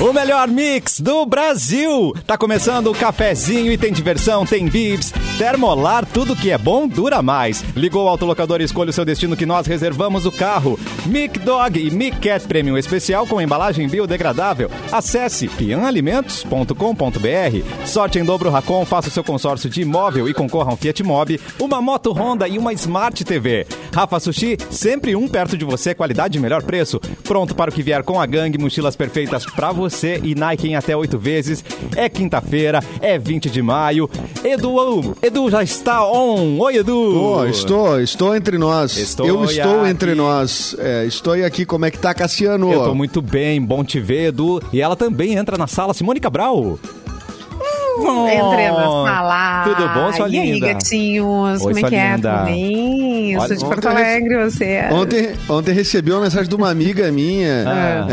O melhor mix do Brasil. Tá começando o cafezinho e tem diversão, tem bibs, termolar, tudo que é bom dura mais. Ligou o autolocador e escolha o seu destino que nós reservamos o carro. Mic Dog e Mic Cat Premium Especial com embalagem biodegradável. Acesse pianalimentos.com.br. Sorte em dobro Racon, faça o seu consórcio de imóvel e concorra a um Fiat Mobi, uma moto Honda e uma Smart TV. Rafa Sushi, sempre um perto de você, qualidade e melhor preço. Pronto para o que vier com a gangue, mochilas perfeitas para você e Nike em até oito vezes. É quinta-feira, é 20 de maio. Edu, oh, Edu já está on. Oi, Edu. Tô, estou, estou entre nós. Estou eu estou aqui. entre nós. É, estou aqui. Como é que tá, Cassiano? Eu tô muito bem, bom te ver, Edu. E ela também entra na sala, Simone Cabral. Entrei na sala. Tudo bom, sua E aí, linda? Oi, gatinhos? Como sua é que é? linda. Tudo bem? Eu Olha, Sou de Porto ontem- Alegre, você. é Ontem, ontem recebi uma mensagem de uma amiga minha Ah.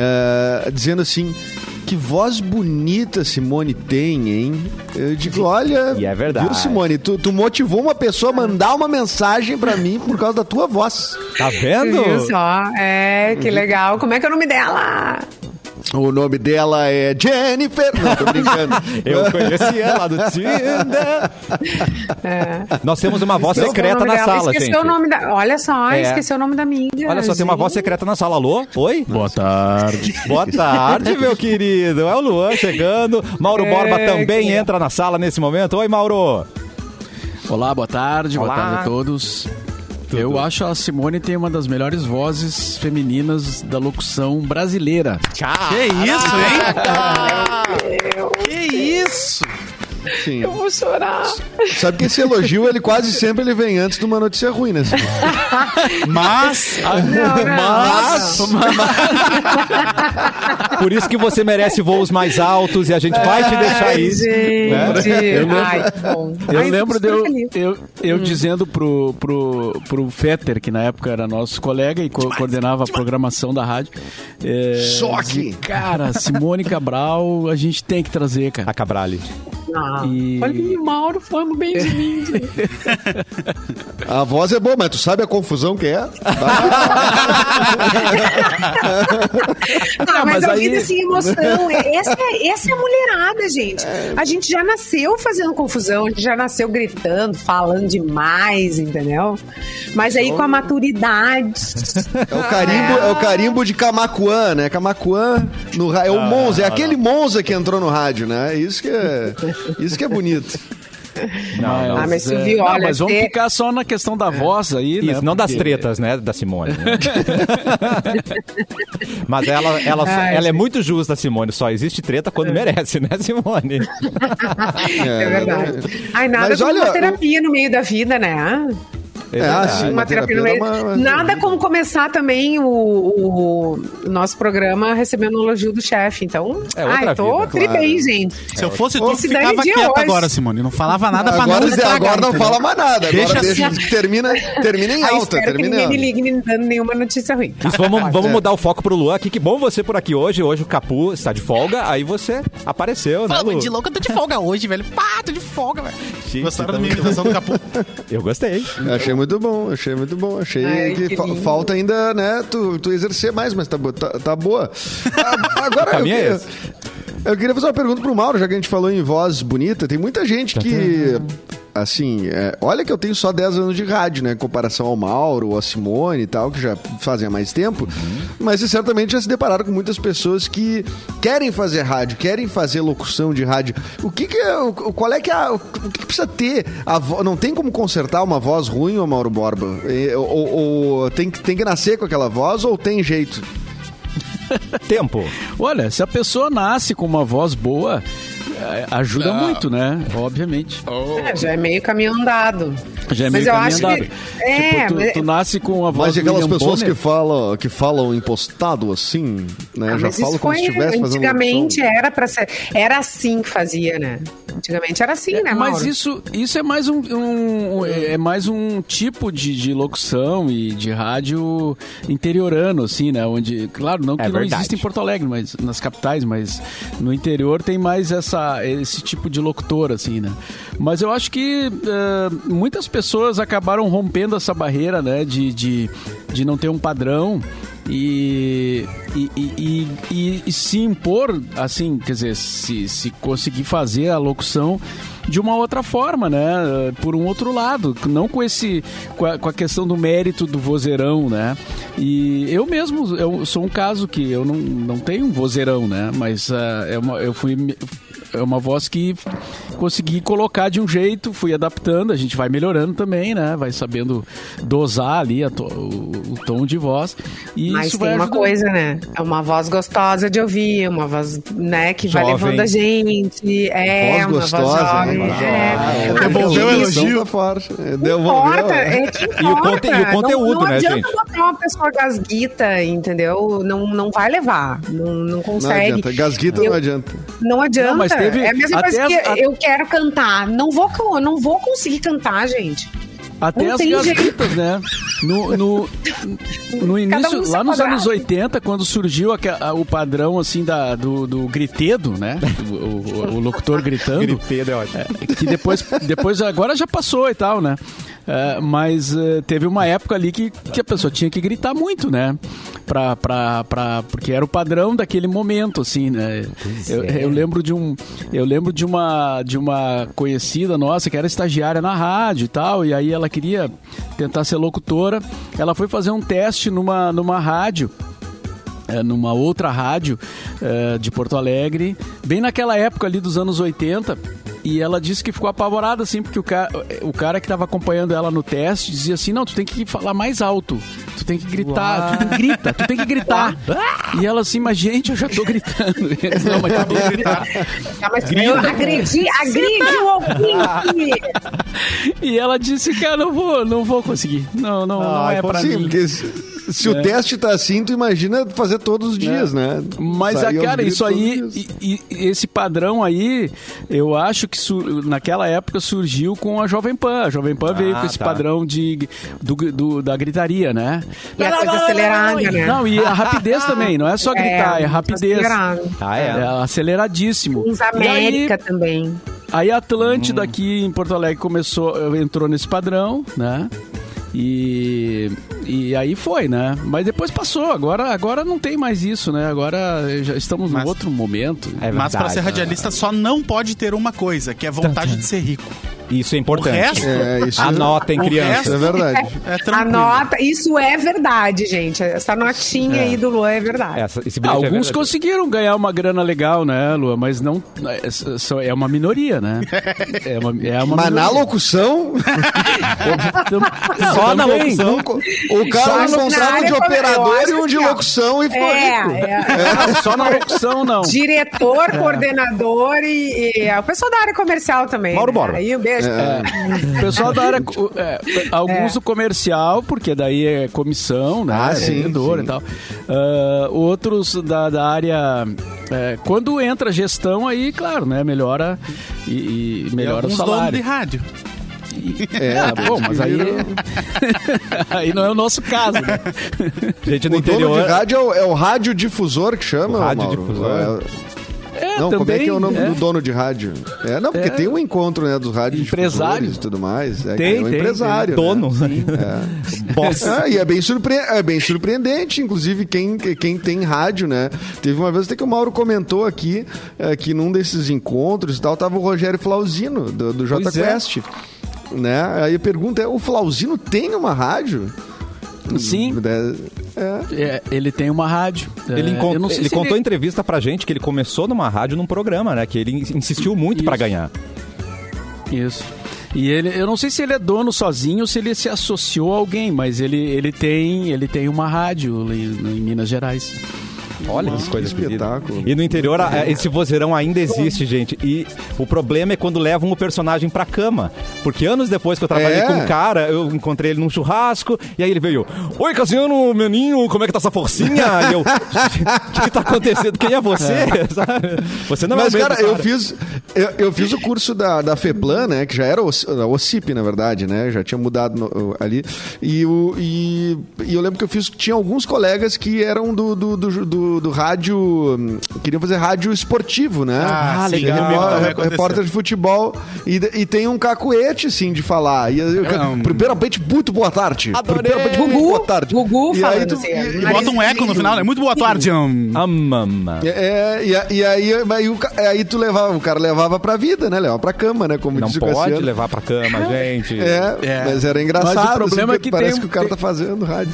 é, dizendo assim: que voz bonita Simone tem, hein? Eu digo, olha. E é verdade. Viu, Simone? Tu, tu motivou uma pessoa a mandar uma mensagem pra mim por causa da tua voz. Tá vendo? Viu só? É, que legal. Como é que é o nome dela? é O nome dela é Jennifer. Não, tô brincando. Eu conheci ela do Tinder. É. Nós temos uma voz Esqueceu o secreta nome na dela. sala, esqueceu gente. O nome da... Olha só, É. esqueceu o nome da amiga. Olha só, tem uma voz gente. secreta na sala. Alô? Oi? Boa tarde. Boa tarde, meu querido. É o Luan chegando. Mauro É, Borba também que- entra na sala nesse momento. Oi, Mauro. Olá, boa tarde, Olá. boa tarde a todos. Eu acho a Simone tem uma das melhores vozes femininas da locução brasileira. Tchau. Que isso, Eu, Que isso? Sim. eu vou chorar. Sabe que esse elogio, ele quase sempre ele vem antes de uma notícia ruim, né? Simone? Mas, Não, não, mas, Por isso que você merece voos mais altos e a gente vai Ah, te deixar Ai, isso. gente. Eu lembro- Ai, que bom. Eu Ai, lembro de super eu, feliz. Hum. eu, eu dizendo pro, pro, pro Fetter, que na época era nosso colega e co- coordenava a programação da rádio. É, Choque! dizia, Cara, Simone Cabral, a gente tem que trazer, A cara. Cabrali. Ah, E- Olha o Mauro um falando bem de mim. gente. A voz é boa, mas tu sabe a confusão que é? Tá, Ah, mas, mas a aí- vida sem emoção. Essa, é- essa é a mulherada, gente. É. A gente já nasceu fazendo confusão, a gente já nasceu gritando, falando demais, entendeu? Mas aí com a maturidade. É o carimbo, é o carimbo de Camacuã, né? Camacuã no ra... Ah, é o Monza, é aquele Monza que entrou no rádio, né? Isso que é, isso que é bonito. Não, Ah, não. mas é, Silvio, não, olha, É. mas vamos você- ficar só na questão da voz aí, né? Isso, não das Porque- tretas, né, da Simone. né? Mas ela, ela, Ai, ela é muito justa, Simone. Só existe treta quando merece, né, Simone? É, verdade. Ai, nada Mas como olha, uma terapia no meio da vida, né? É, ah, sim, uma uma terapia no terapia meio. dá uma- Nada como começar também o, o nosso programa recebendo o elogio do chefe. Então, É outra ai, tô vida, tri claro. bem, gente. Se eu fosse Ô, tu, se dane ficava de quieto hoje. agora, Simone. Não falava tá nada pra Agora, não estragar, agora não entendeu? fala mais nada. Agora Deixa deixa, assim. termina, termina em Ai, alta, espero que termina ninguém me em alta. ligue me dando nenhuma notícia ruim. Isso, vamos vamos mudar o foco pro Luan aqui. Que bom você por aqui hoje. Hoje o Capu está de folga. Aí você apareceu, né, Fala, Lu? de louco, eu tô de folga hoje, velho. Pá, tô de folga, velho. Gente, Gostaram da então- minha imitação do Capu? Eu gostei. Achei muito bom, achei muito bom. Achei Ai, que, que fa- lindo. falta ainda, né, tu, tu exercer mais, mas tá, bo- tá, tá boa. A- Agora, eu, caminho é queria- esse. eu queria fazer uma pergunta pro Mauro, já que a gente falou em voz bonita. Tem muita gente que, assim, é, olha que eu tenho só 10 anos de rádio, né, em comparação ao Mauro, a Simone e tal, que já fazem há mais tempo. Mas vocês certamente já se depararam com muitas pessoas que querem fazer rádio, querem fazer locução de rádio. O que que é, o- qual é que é, a- o que que precisa ter? A vo- não tem como consertar uma voz ruim, ô Mauro Borba? E- ou ou- tem, que, tem que nascer com aquela voz ou tem jeito? Tempo. Olha, se a pessoa nasce com uma voz boa, é, ajuda muito, né? Obviamente. É, já é meio caminho andado. Já é Mas meio eu caminho acho andado. que- é, tipo, tu, mas- tu nasce com a voz Mas e do aquelas William pessoas que Bonner. falam, que falam impostado assim, né? Ah, Já mas falam isso como foi se estivesse fazendo antigamente locução. era para ser, era assim que fazia, né? Antigamente era assim, né, Mauro? Mas isso, isso é mais um, um- é mais um tipo de, de locução e de rádio interiorano, assim, né? Onde, claro, não que É não verdade. existe em Porto Alegre, mas nas capitais, mas no interior tem mais essa, esse tipo de locutor, assim, né? Mas eu acho que eh, muitas pessoas acabaram rompendo essa barreira, né? De, de, de não ter um padrão. E, e, e, e- e- e se impor, assim, quer dizer, se, se conseguir fazer a locução de uma outra forma, né? Por um outro lado, não com esse com a, com a questão do mérito do vozeirão, né? E eu mesmo, eu sou um caso que eu não, não tenho um vozeirão, né? Mas ah, é uma, eu fui me- é uma voz que consegui colocar de um jeito, fui adaptando, a gente vai melhorando também, né? Vai sabendo dosar ali a to- o, o tom de voz. E Mas isso tem vai uma ajudando. coisa, né? É uma voz gostosa de ouvir, uma voz, né, que vai Jovem. levando a gente. É, voz uma voz gostosa. jovem. né? é. Ah, Devolveu o evolução elogio. Tá forte. Não Devolveu. importa, é. é que importa. E o conte- e o conteúdo, não, não né, adianta gente? botar uma pessoa gasguita, entendeu? Não, não vai levar, não, não Não consegue. adianta. Gasguita Eu- não adianta. Não adianta. Não, mas teve- é a mesma até coisa que as- a- eu quero cantar. Não vou, can- não vou conseguir cantar, gente. Até Não as tem gasguitas, né? No, no, no Cada início, um no seu lá nos quadrado. anos 80, quando surgiu aque- a- o padrão assim da, do, do gritedo, né? O, o- o locutor gritando. Gritedo é ótimo. É, que depois, depois agora já passou e tal, né? É, mas é, teve uma época ali que, que a pessoa tinha que gritar muito, né? Pra, pra, pra, porque era o padrão daquele momento, assim, né? Eu, eu lembro de um. Eu lembro de uma, de uma conhecida nossa que era estagiária na rádio e tal, e aí ela queria tentar ser locutora. Ela foi fazer um teste numa, numa rádio é, numa outra rádio é, de Porto Alegre, bem naquela época ali dos anos 80. E ela disse que ficou apavorada, assim, porque o, ca o cara que estava acompanhando ela no teste dizia assim: não, tu tem que falar mais alto, tu tem que gritar, tu grita, tu tem que gritar. e ela assim, mas gente, eu já tô gritando. não, mas tu tem que gritar. Tá, mas eu agredi, agredi tá o Ah, ouvinte. E ela disse, cara, não vou, não vou conseguir. Não, não, não Ai, é pra É. Sim, mim. porque se, se o teste tá assim, tu imagina fazer todos os dias, né? É. Mas, Sair a aos cara, gritos isso todos aí, é os dias. e- e- esse padrão aí, eu acho que sur- naquela época surgiu com a Jovem Pan. A Jovem Pan veio com esse tá. padrão de, do, do- da gritaria, né? E a coisa acelerada, né? Não, e a rapidez também, não é só gritar, é, muito rapidez. acelerado. Ah, é. É aceleradíssimo. Uns E aí, América também. Aí a Atlântida aqui em Porto Alegre começou, entrou nesse padrão, né? E, e aí foi, né? Mas depois passou, agora, agora não tem mais isso, né? Agora já estamos num Mas- outro momento. É Mas pra verdade. ser radialista só não pode ter uma coisa, que é vontade de ser rico. Isso é O importante. resto É, isso Anotem, O Isso crianças. é verdade. é tranquilo. Anota, isso é verdade, gente. Essa notinha aí do Luan é verdade. Essa- esse Ah, bilhete é alguns verdadeiro. conseguiram ganhar uma grana legal, né, Lua? Mas não. É, só- é uma minoria, né? É uma, é uma Mas na minoria. locução, Não, Só na também. locução. o cara Só é encontrava na um de área operador e comercial. um de locução e É, É. ficou rico. Só na locução, não. Diretor, É. coordenador e, e o pessoal da área comercial também. Mauro né? Borba. É, tá Aí um beijo. O pessoal da área. o- é, alguns É. do comercial, porque daí é comissão, né? Ah, é sim, vendedor sim. e tal. Ah, outros da, da área. é, quando entra gestão, aí, claro, né? Melhora e, e E melhora o alguns donos de salário. rádio. É, Ah, bom, mas aí. aí não é o nosso caso, né? Gente no O dono de interior. rádio é o, é o radiodifusor que chama, O Mauro? radiodifusor. É, Não, como é que é o nome né? do dono de rádio? É, não, porque tem um encontro, né, dos rádios Empresário. e tudo mais. É, Tem, é um tem, empresário. né? Dono. né? Boss. Ah, e é bem, surpre... é bem surpreendente, inclusive, quem, quem tem rádio, né? Teve uma vez até que o Mauro comentou aqui eh, que num desses encontros e tal, tava o Rogério Flauzino, do, do Jota Pois é. Quest. Né? Aí a pergunta é: o Flauzino tem uma rádio? Sim. Né? É. É, ele tem uma rádio. Ele, É, encont- eu não sei ele se contou em entrevista pra gente que ele começou numa rádio num programa, né? Que ele in- insistiu muito Isso. pra ganhar. Isso. E ele, eu não sei se ele é dono sozinho ou se ele se associou a alguém, mas ele, ele tem ele tem uma rádio ali no- em Minas Gerais. Olha que coisa que querida. espetáculo. E no interior, a- esse vozeirão ainda existe, gente. E o problema é quando levam o personagem pra cama. Porque anos depois que eu trabalhei É. com um cara, eu encontrei ele num churrasco, e aí ele veio: Oi, Casiano, menino, como é que tá essa forcinha? E eu: O que, que tá acontecendo? Quem é você? Sabe? Você não Mas, é o mesmo cara, eu fiz, eu, eu fiz o curso da, da FEPLAN, né? Que já era OC da OCIP, na verdade, né? Já tinha mudado no- ali. E, o, e, e eu lembro que eu fiz. Tinha alguns colegas que eram do, do, do, do- do rádio. hum, Queriam fazer rádio esportivo, né? Ah, Sim, legal. repó- Também rep- aconteceu. repórter de futebol. E, de- e tem um cacuete, assim, de falar. E, eu, Não. Primeiramente, muito boa tarde. Adorei. Primeiramente, muito Gugu, boa tarde. Gugu E aí falando tu- assim, E bota um eco no final, né? Muito boa tarde. hum. Ah, mama. é, é, e, a- e aí, mas aí o ca- é, aí tu levava, o cara levava pra vida, né? Levava pra cama, né? Como Não diz o pode Cassiano. levar pra cama, gente. É, É. mas era engraçado. assim, Mas o problema porque é que parece tem- que o cara tem- tá fazendo rádio.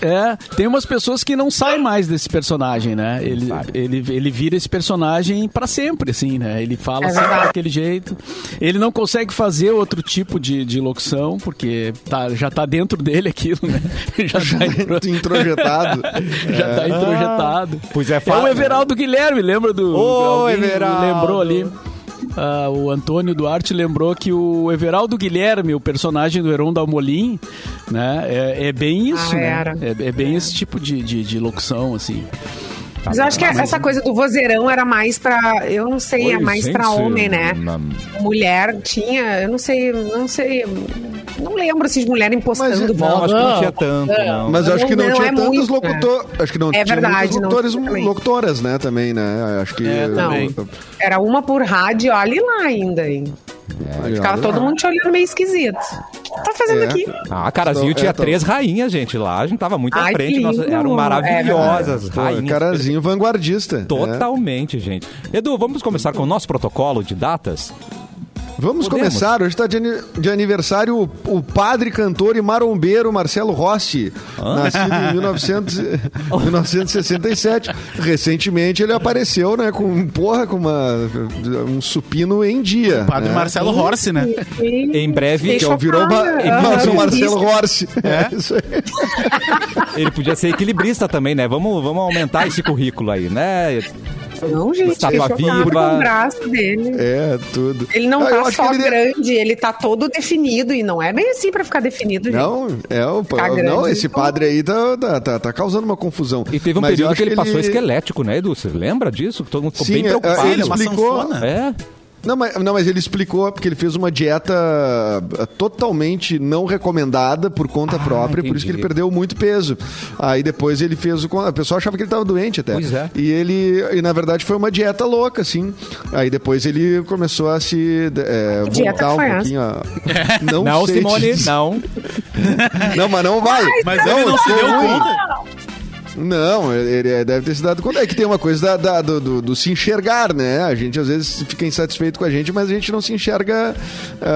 É, tem umas pessoas que não saem mais desse personagem, né? Ele, sai. ele, ele vira esse personagem pra sempre, assim, né? Ele fala É sempre verdade. daquele jeito. Ele não consegue fazer outro tipo de, de locução, porque tá, já tá dentro dele aquilo, né? Já tá, entro... Introjetado. É. já tá introjetado. Pois é, É fala. o Everaldo Guilherme, lembra do. Ô, alguém Everaldo. Lembrou ali. Ah, o Antônio Duarte lembrou que o Everaldo Guilherme, o personagem do Heron Dalmolin, né? É, é bem isso, Ah, né? era. É, é bem esse tipo de, de, de locução, assim. Mas eu acho que essa coisa do vozeirão era mais pra. Eu não sei, é Oi, mais pra gente, homem, né? mama. Mulher tinha, eu não sei, não sei. Não lembro assim de mulher Mas, impostando não, Não, voz. acho que não tinha tanto, não. Mas eu acho que não, Não, tinha é tantos muito, locutores. Acho que não É tinha verdade, não muitos tinha locutores, também. locutoras, né? Também, né? Acho que. É, Não. também. Era uma por rádio, olha lá ainda, hein? É, Ficava todo mundo te olhando meio esquisito. O que tá fazendo É. aqui? Ah, Carazinho Então, tinha então. três rainhas, gente. Lá a gente tava muito à Ai, frente. que nossa, lindo. É eram maravilhosas. Pô, é rainhas. carazinho vanguardista. né? Totalmente, gente. Edu, vamos começar com o nosso protocolo de datas? Vamos Podemos. começar. Hoje está de, ani- de aniversário o, o padre, cantor e marombeiro Marcelo Rossi, nascido em 1900 e- 1967. Recentemente ele apareceu, né, com porra, com uma, um supino em dia. Padre né? Marcelo Horse, né? Em breve, Que é o virou ma- Chocada. virou Aham. o Marcelo Rossi. É isso aí. ele podia ser equilibrista também, né? Vamos, vamos aumentar esse currículo aí, né? Não, gente, Tapa eu chocada viva. com o braço dele. É, tudo. Ele não Ah, eu tá acho só que ele- grande, ele tá todo definido. E não é bem assim pra ficar definido, gente. Não, é o, Tá não, grande, esse então. padre aí tá, tá, tá- tá causando uma confusão. E teve um Mas eu período acho que ele, passou esquelético, né, Edu? Você lembra disso? Todo mundo ficou Sim, bem é, preocupado. ele é uma explicou- sanfona. É? Não mas, não, mas ele explicou porque ele fez uma dieta ah, totalmente não recomendada por conta própria, por isso que entendi. ele perdeu muito peso. Aí depois ele fez o. con- A pessoa achava que ele estava doente até. Pois é. E ele, e, na verdade, foi uma dieta louca, assim. Aí depois ele começou a se é, dieta voltar um foi essa? pouquinho. A... Não, Não, sei te Simone, dizer. não. Não, mas não vai. Tá Mas ele não se ficou deu ruim. conta. Não, ele é, deve ter se dado conta. É que tem uma coisa da- da- do, do- do se enxergar, né? A gente às vezes fica insatisfeito com a gente, mas a gente não se enxerga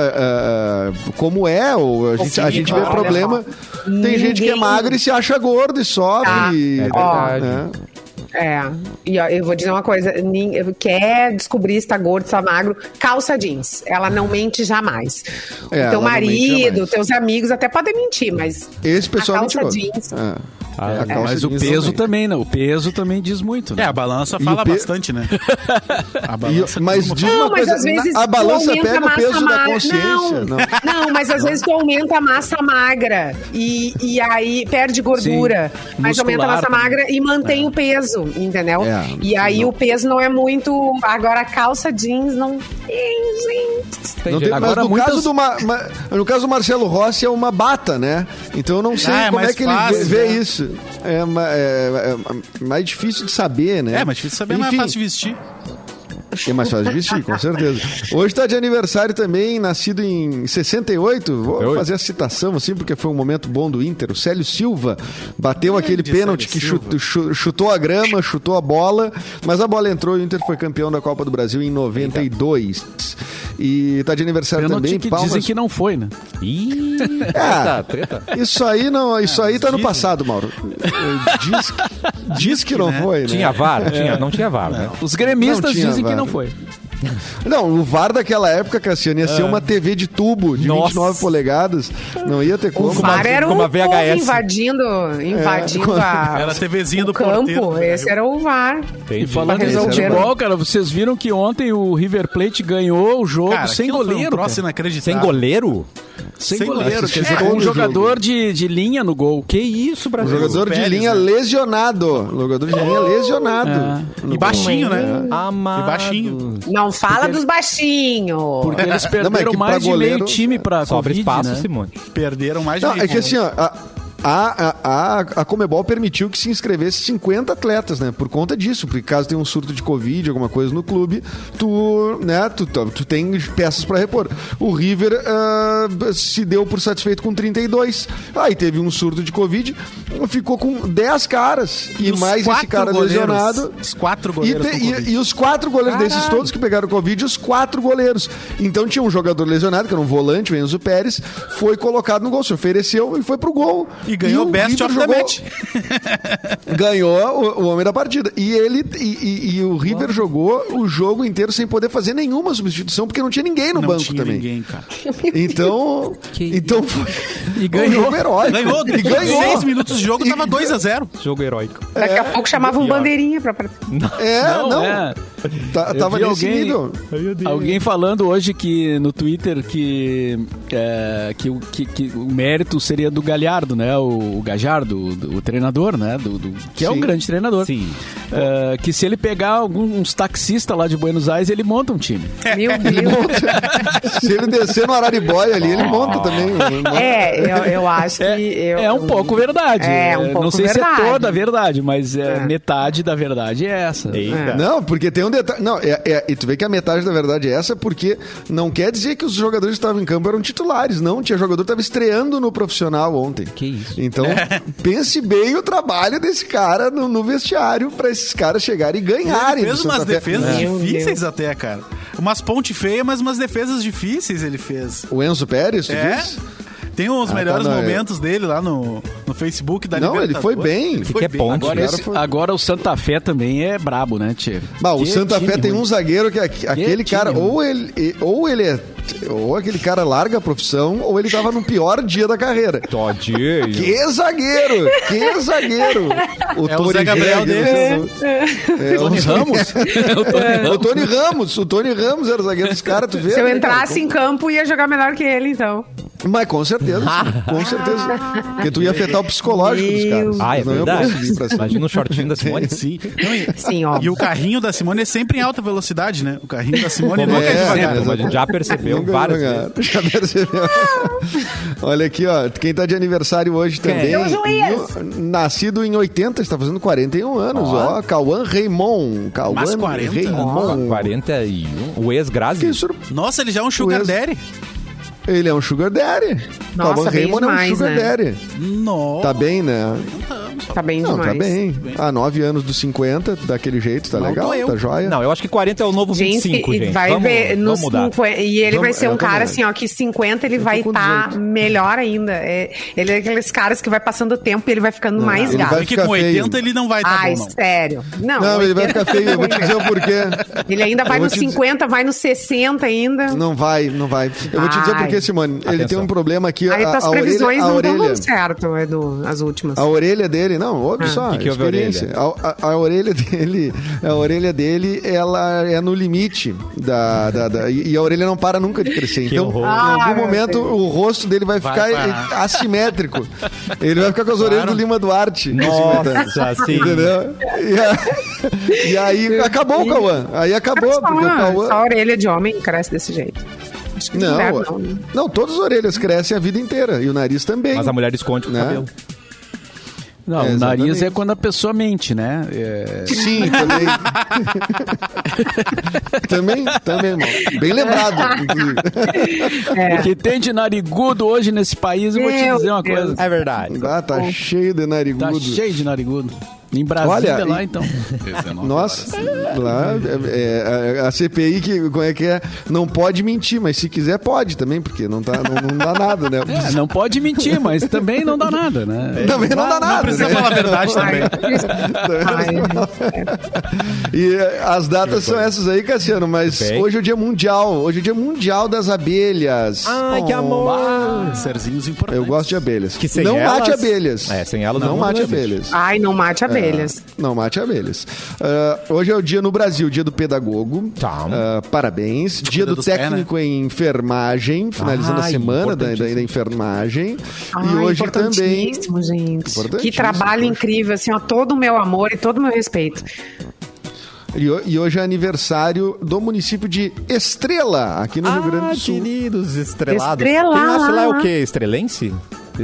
ah, ah, como é. Ou a gente, a gente vê olha problema. Tem gente que é Ninguém- magra e se acha gordo e sofre. Tá. e- É verdade. né? É. E ó, eu vou dizer uma coisa: nin- quer descobrir se tá gordo, se tá magro, calça jeans. Ela não mente jamais. É, o ela teu não mente marido, jamais. teus amigos até podem mentir, mas. Esse pessoal A me calça tirou. jeans. Ah. Ah, A calça É, Mas o jeans é peso também. também, né? O peso também diz muito, É, né? a balança E fala o pe- bastante, né? E- A balança. mas diz uma Não, mas coisa, às vezes. a tu balança aumenta pega a o peso massa da magra. consciência. Não, Não. não, mas às vezes tu aumenta a massa magra e, e aí perde gordura. Sim. Mas aumenta a Muscular massa também. magra e mantém o peso, entendeu? É, e aí não. o peso não é muito. Agora, a calça jeans não tem, gente. Tem É, Não jeito. tem- mas Agora, no, muitas- caso do Ma- Ma- no caso do Marcelo Rossi é uma bata, né? Então eu não sei Ah, é como é mais que ele vê- fácil, vê, né? isso. É, ma- é- é- é mais difícil de saber, né? É, mas difícil saber, mas é Enfim, fácil de vestir. É mais fácil de vestir, com certeza. Hoje está de aniversário também, nascido em 68. Vou 68. fazer a citação, assim, porque foi um momento bom do Inter. O Célio Silva bateu aquele Célio pênalti que Silva. chut- chu- chutou a grama, chutou a bola, mas a bola entrou e o Inter foi campeão da Copa do Brasil em 92. E tá de aniversário Pênalti também, que Palmas dizem que não foi, né? Ih, Ah. treta, treta. Isso aí não, isso aí tá no dizem. passado, Mauro. Diz, diz que não né? foi, né? Tinha VAR? Tinha, não tinha VAR, né? Os gremistas Não tinha dizem que VAR. não foi. Não, o VAR daquela época, Cassiano, ia ser uma TV de tubo de Nossa. 29 polegadas. Não ia ter como. O VAR era um como a VHS. povo invadindo, invadindo a, Era a TVzinha o do campo. é. porteiro, né? Esse era o VAR. E falando em resolver, futebol, cara, vocês viram que ontem o River Plate ganhou o jogo Cara, sem aquilo foi goleiro. Um troço cara. inacreditável. Sem goleiro? Sem, sem goleiro. goleiro, Quer assisti dizer, todo com um o jogador de, de linha no gol. Que isso, O Brasil? jogador de Pérez, linha né? lesionado. O jogador de linha lesionado. No E baixinho, né? Amado. E baixinho. Não fala dos baixinhos. Porque eles É. Não, mas perderam que pra mais de goleiro, meio time pra Sobra Covid, espaço, né? Simone. Perderam mais de Não, é meio que gol. assim, ó, a, a, a, a Comebol permitiu que se inscrevesse 50 atletas, né? Por conta disso, porque caso tenha um surto de Covid, alguma coisa no clube, tu, né, tu, tu, tu tem peças pra repor. O River ah, se deu por satisfeito com 32, aí teve um surto de Covid, ficou com 10 caras e, os mais esse quatro cara goleiros, lesionado. Os quatro E, goleiros. te- com e- Covid. e os quatro goleiros desses todos que pegaram Covid, os quatro goleiros. Então tinha um jogador lesionado, que era um volante, o Enzo Pérez, foi colocado no gol, se ofereceu e foi pro gol. E ganhou o Best River of the jogou- Match. Ganhou o, o homem da partida. E ele e, e- e o River jogou o jogo inteiro sem poder fazer nenhuma substituição, porque não tinha ninguém no Não banco tinha também. ninguém, cara. Então. então foi. E um ganhou. jogo heróico. Ganhou, E ganhou. ganhou. Seis minutos de jogo, E- tava 2x0. Jogo heróico. Daqui a pouco chamava um pior. bandeirinha pra. pra- É, não. é. tá- Eu tava vi nesse alguém- nível. Alguém falando hoje que no Twitter que, é, que, o- que- que o mérito seria do Galhardo, né? O, o Gajardo, o, o treinador, né? Do, do- que é um Sim. grande treinador. Sim. É, que se ele pegar alguns taxistas lá de Buenos Aires, ele monta um time. Meu Ele Deus. monta. Se ele descer no Araribóia ali, ele monta também. né? É, eu, eu acho que. É, eu- é um pouco verdade. É, um pouco Não sei se verdade. é toda a verdade, mas é, É. metade da verdade é essa. Eita. Não, porque tem um detalhe. Não, é, é- e tu vê que a metade da verdade é essa, porque não quer dizer que os jogadores que estavam em campo eram titulares, não. Tinha jogador que estava estreando no profissional ontem. Que isso. Então, pense bem o trabalho desse cara no, no vestiário para esses caras chegarem e ganharem. Ele fez do Santa umas Fé. É. defesas Meu difíceis Deus. até, cara. Umas ponte feia, mas umas defesas difíceis ele fez. O Enzo Pérez, tu É? diz? Tem uns Ah, melhores tá, não, momentos dele lá no, no Facebook da Não, ele foi Libertadores. bem. Ele Que foi é bem. ponte. Agora, Cara, esse- foi- agora o Santa Fé também é brabo, né, Tchê? Bah, o Que Santa time Fé tem ruim. um zagueiro que aque- aquele time cara, ruim. ou ele, e- ou ele é. Ou aquele cara larga a profissão, ou ele tava no pior dia da carreira. Todinho. Que zagueiro! Que zagueiro! O É o Zé Gabriel dele. É, Tony o, Ramos? O Tony é o Tony Ramos. Ramos. O Tony Ramos era o zagueiro dos caras, tu vê? Se eu né, cara? entrasse em campo, ia jogar melhor que ele, então. Mas com certeza, sim, com certeza. Porque tu ia afetar o psicolológico dos caras. Ah, é Não iam verdade. conseguir ir pra cima. Imagina o shortinho da Simone. Sim. Não, e, Sim, ó. e o carrinho da Simone é sempre em alta velocidade, né? O carrinho da Simone Como nunca é É, devagar. sempre, mas a gente já percebeu Nunca várias ganharam. vezes. Já percebeu? Olha aqui, ó. Quem tá de aniversário hoje também. Seu Juiz. viu? Nascido em 80, está fazendo 41 anos, ó. Cauã Raymond. Mas Cauã 40? Ó, Raymond. 41. O ex-Grazi. Fiquei sur- Nossa, ele já é um sugar Pois. daddy. Ele é um sugar daddy. Nossa, Cauã bem Raymond é um demais, sugar né? daddy. Nossa. Tá bem, né? Tá bem Não, demais. tá bem. Há 9 anos dos 50, daquele jeito, tá Não legal, tô eu. tá joia. Não, eu acho que 40 é o novo Gente, 25, e gente. vai vamos, ver nos vamos mudar. 50 e ele vai Vamos- ser um eu cara também. assim, ó, que 50 ele vai com estar 18. melhor ainda. É, ele é aqueles caras que vai passando o tempo e ele vai ficando mais ele gato. vai Porque ficar Ah, é com feio. 80 ele não vai estar tá Ai, bom, não. sério. Não, Não, ele vai 80 ficar feio, eu vou te dizer o porquê. Ele ainda vai Eu vou nos te dizer- 50, vai nos 60 ainda. Não vai, não vai. Eu vou te dizer Ai. porque, Simone, ele Atenção. tem um problema aqui. Aí a, tuas a orelha, previsões a não tá estão orelha, dando certo, Edu, as últimas. a orelha dele, não, ouve só, Ah, Que que houve a experiência. A, a- a orelha dele, a orelha dele, ela é no limite da, da- da- e e a orelha não para nunca de crescer. Então, horror. em Ah, algum meu momento Deus. o rosto dele vai ficar eh, parar. assimétrico. Ele vai ficar com as orelhas do Lima Duarte. nos 50 anos. Nossa, sim. Entendeu? E, a- e aí acabou o Cauã. Aí acabou, Só, porque tá o só a Cauã. orelha de homem cresce desse jeito. Acho que Não, mulher não, todas as orelhas crescem a vida inteira. E o nariz também. Mas a mulher esconde com o Né? cabelo. Não, É, o nariz exatamente. é quando a pessoa mente, né? É, Sim, também. também, também, irmão. Bem lembrado. inclusive. O que tem de narigudo hoje nesse país, eu vou te É. Meu dizer uma Deus. coisa. É verdade. Ah, tá cheio de narigudo. Tá cheio de narigudo. Em Brasília, Olha, lá e- então. 19 horas. Nossa, lá, é, é, a, a CPI, que, como é que é? Não pode mentir, mas se quiser, pode também, porque não, tá, não, não dá nada, né? É, não pode mentir, mas também não dá nada, né? Também não dá nada. Não precisa né? falar a verdade também. Ai, E eh, as datas são essas aí, Cassiano, mas Bem. hoje é o dia mundial. Hoje é o dia mundial das abelhas. Ai, que amor! Ah, serzinhos importantes. Eu gosto de abelhas. Ah, Que sem não elas- mate abelhas. É, sem elas não não mate rolamos. abelhas. Ai, não mate É. abelhas. Não mate abelhas. Ah, hoje é o dia no Brasil, dia do pedagogo. Tá. Ah, parabéns. Dia Cuida do dos pés, técnico em enfermagem, finalizando a Ai, semana da, da, importantíssimo. da enfermagem. Ai, e hoje também. Ah, importantíssimo, gente. Que Importantíssimo, trabalho poxa. incrível, assim, ó, todo o meu amor e todo o meu respeito. E, ho- e hoje é aniversário do município de Estrela, aqui no Rio Grande Ah, do Sul. queridos, estrelados. Estrela. Quem nasce lá é o quê? Estrelense?